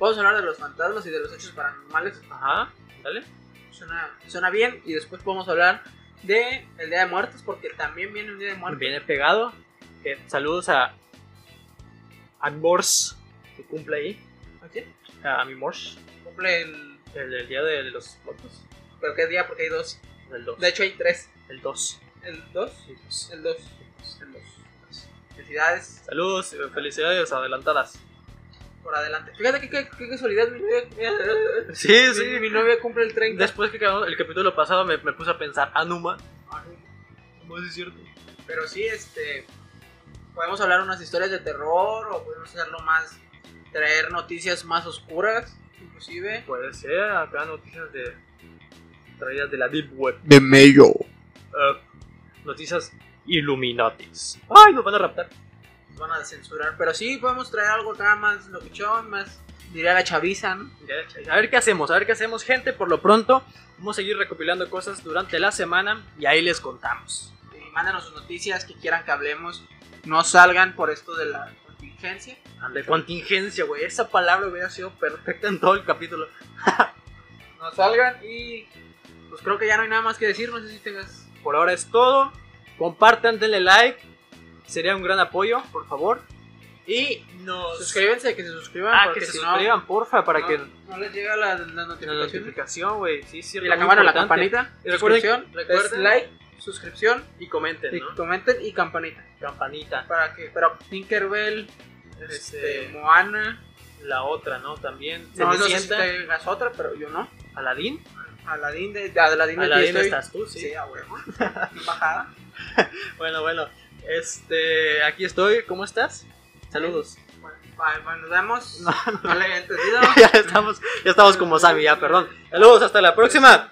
B: Vamos a hablar de los fantasmas y de los hechos paranormales.
A: Ajá, dale.
B: Suena, suena bien. Y después podemos hablar de el Día de Muertos, porque también viene un Día de Muertos.
A: Viene pegado. Que saludos a. A Morse, que cumple ahí.
B: ¿A quién?
A: A mi Morse,
B: ¿Ah, Cumple el.
A: el del día de, de los muertos.
B: ¿Pero qué día? Porque hay dos.
A: El 2.
B: De hecho, hay tres.
A: El 2.
B: ¿El dos? El dos. El dos. Felicidades.
A: Saludos, eh, felicidades adelantadas.
B: por adelante. Fíjate que, que, que casualidad, mi novia.
A: Sí,
B: mi- Mi, novia cumple el 30.
A: Después que acabamos el capítulo pasado me, me puse a pensar, Anuma. ¿Cómo es cierto?
B: Pero sí, este. Podemos hablar unas historias de terror o podemos hacerlo más. Traer noticias más oscuras, inclusive.
A: Puede ser, acá noticias de. traídas de la Deep Web.
C: de mello.
A: Eh, noticias Illuminatis. ¡Ay, nos van a raptar!
B: Nos van a censurar. Pero sí, podemos traer algo acá más loquichón, más. Diría la chaviza, ¿no?
A: A ver qué hacemos, a ver qué hacemos, gente. Por lo pronto, vamos a seguir recopilando cosas durante la semana y ahí les contamos.
B: Y mándanos sus noticias que quieran que hablemos. No salgan por esto de la contingencia.
A: Ande, contingencia, güey. Esa palabra hubiera sido perfecta en todo el capítulo.
B: No salgan y. Pues creo que ya no hay nada más que decir. No sé si tengas.
A: Por ahora es todo. Compartan, denle like. Sería un gran apoyo, por favor. Y nos.
B: Suscríbanse, que se suscriban.
A: Ah, que
B: porque
A: se
B: si no-
A: suscriban, porfa, para
B: no,
A: que.
B: no les llega la, la
A: La
B: notificación.
A: notificación, güey. Sí, sí,
B: y la cámara, la campanita.
A: Y recuerden-
B: suscripción,
A: recuerden-
B: es like, suscripción,
A: Y comenten,
B: y
A: ¿no?
B: comenten y campanita.
A: Campanita.
B: Para que, pero Tinkerbell, este,
A: Este,
B: Moana,
A: la otra, ¿no? También.
B: no, no sé si
A: Cenicienta.
B: tengas otra, pero yo no.
A: Aladín.
B: Aladín de, de Aladín de
A: Aladín
B: Tiesto y-
A: estás tú,
B: Sí,
A: sí.
B: a huevo. Bajada.
A: Bueno, bueno. Este, aquí estoy. ¿Cómo estás? Saludos.
B: Bueno, bye, bye, nos vemos. No, le he entendido.
A: ya estamos, ya estamos como Sammy, ya, perdón. Saludos, hasta la próxima.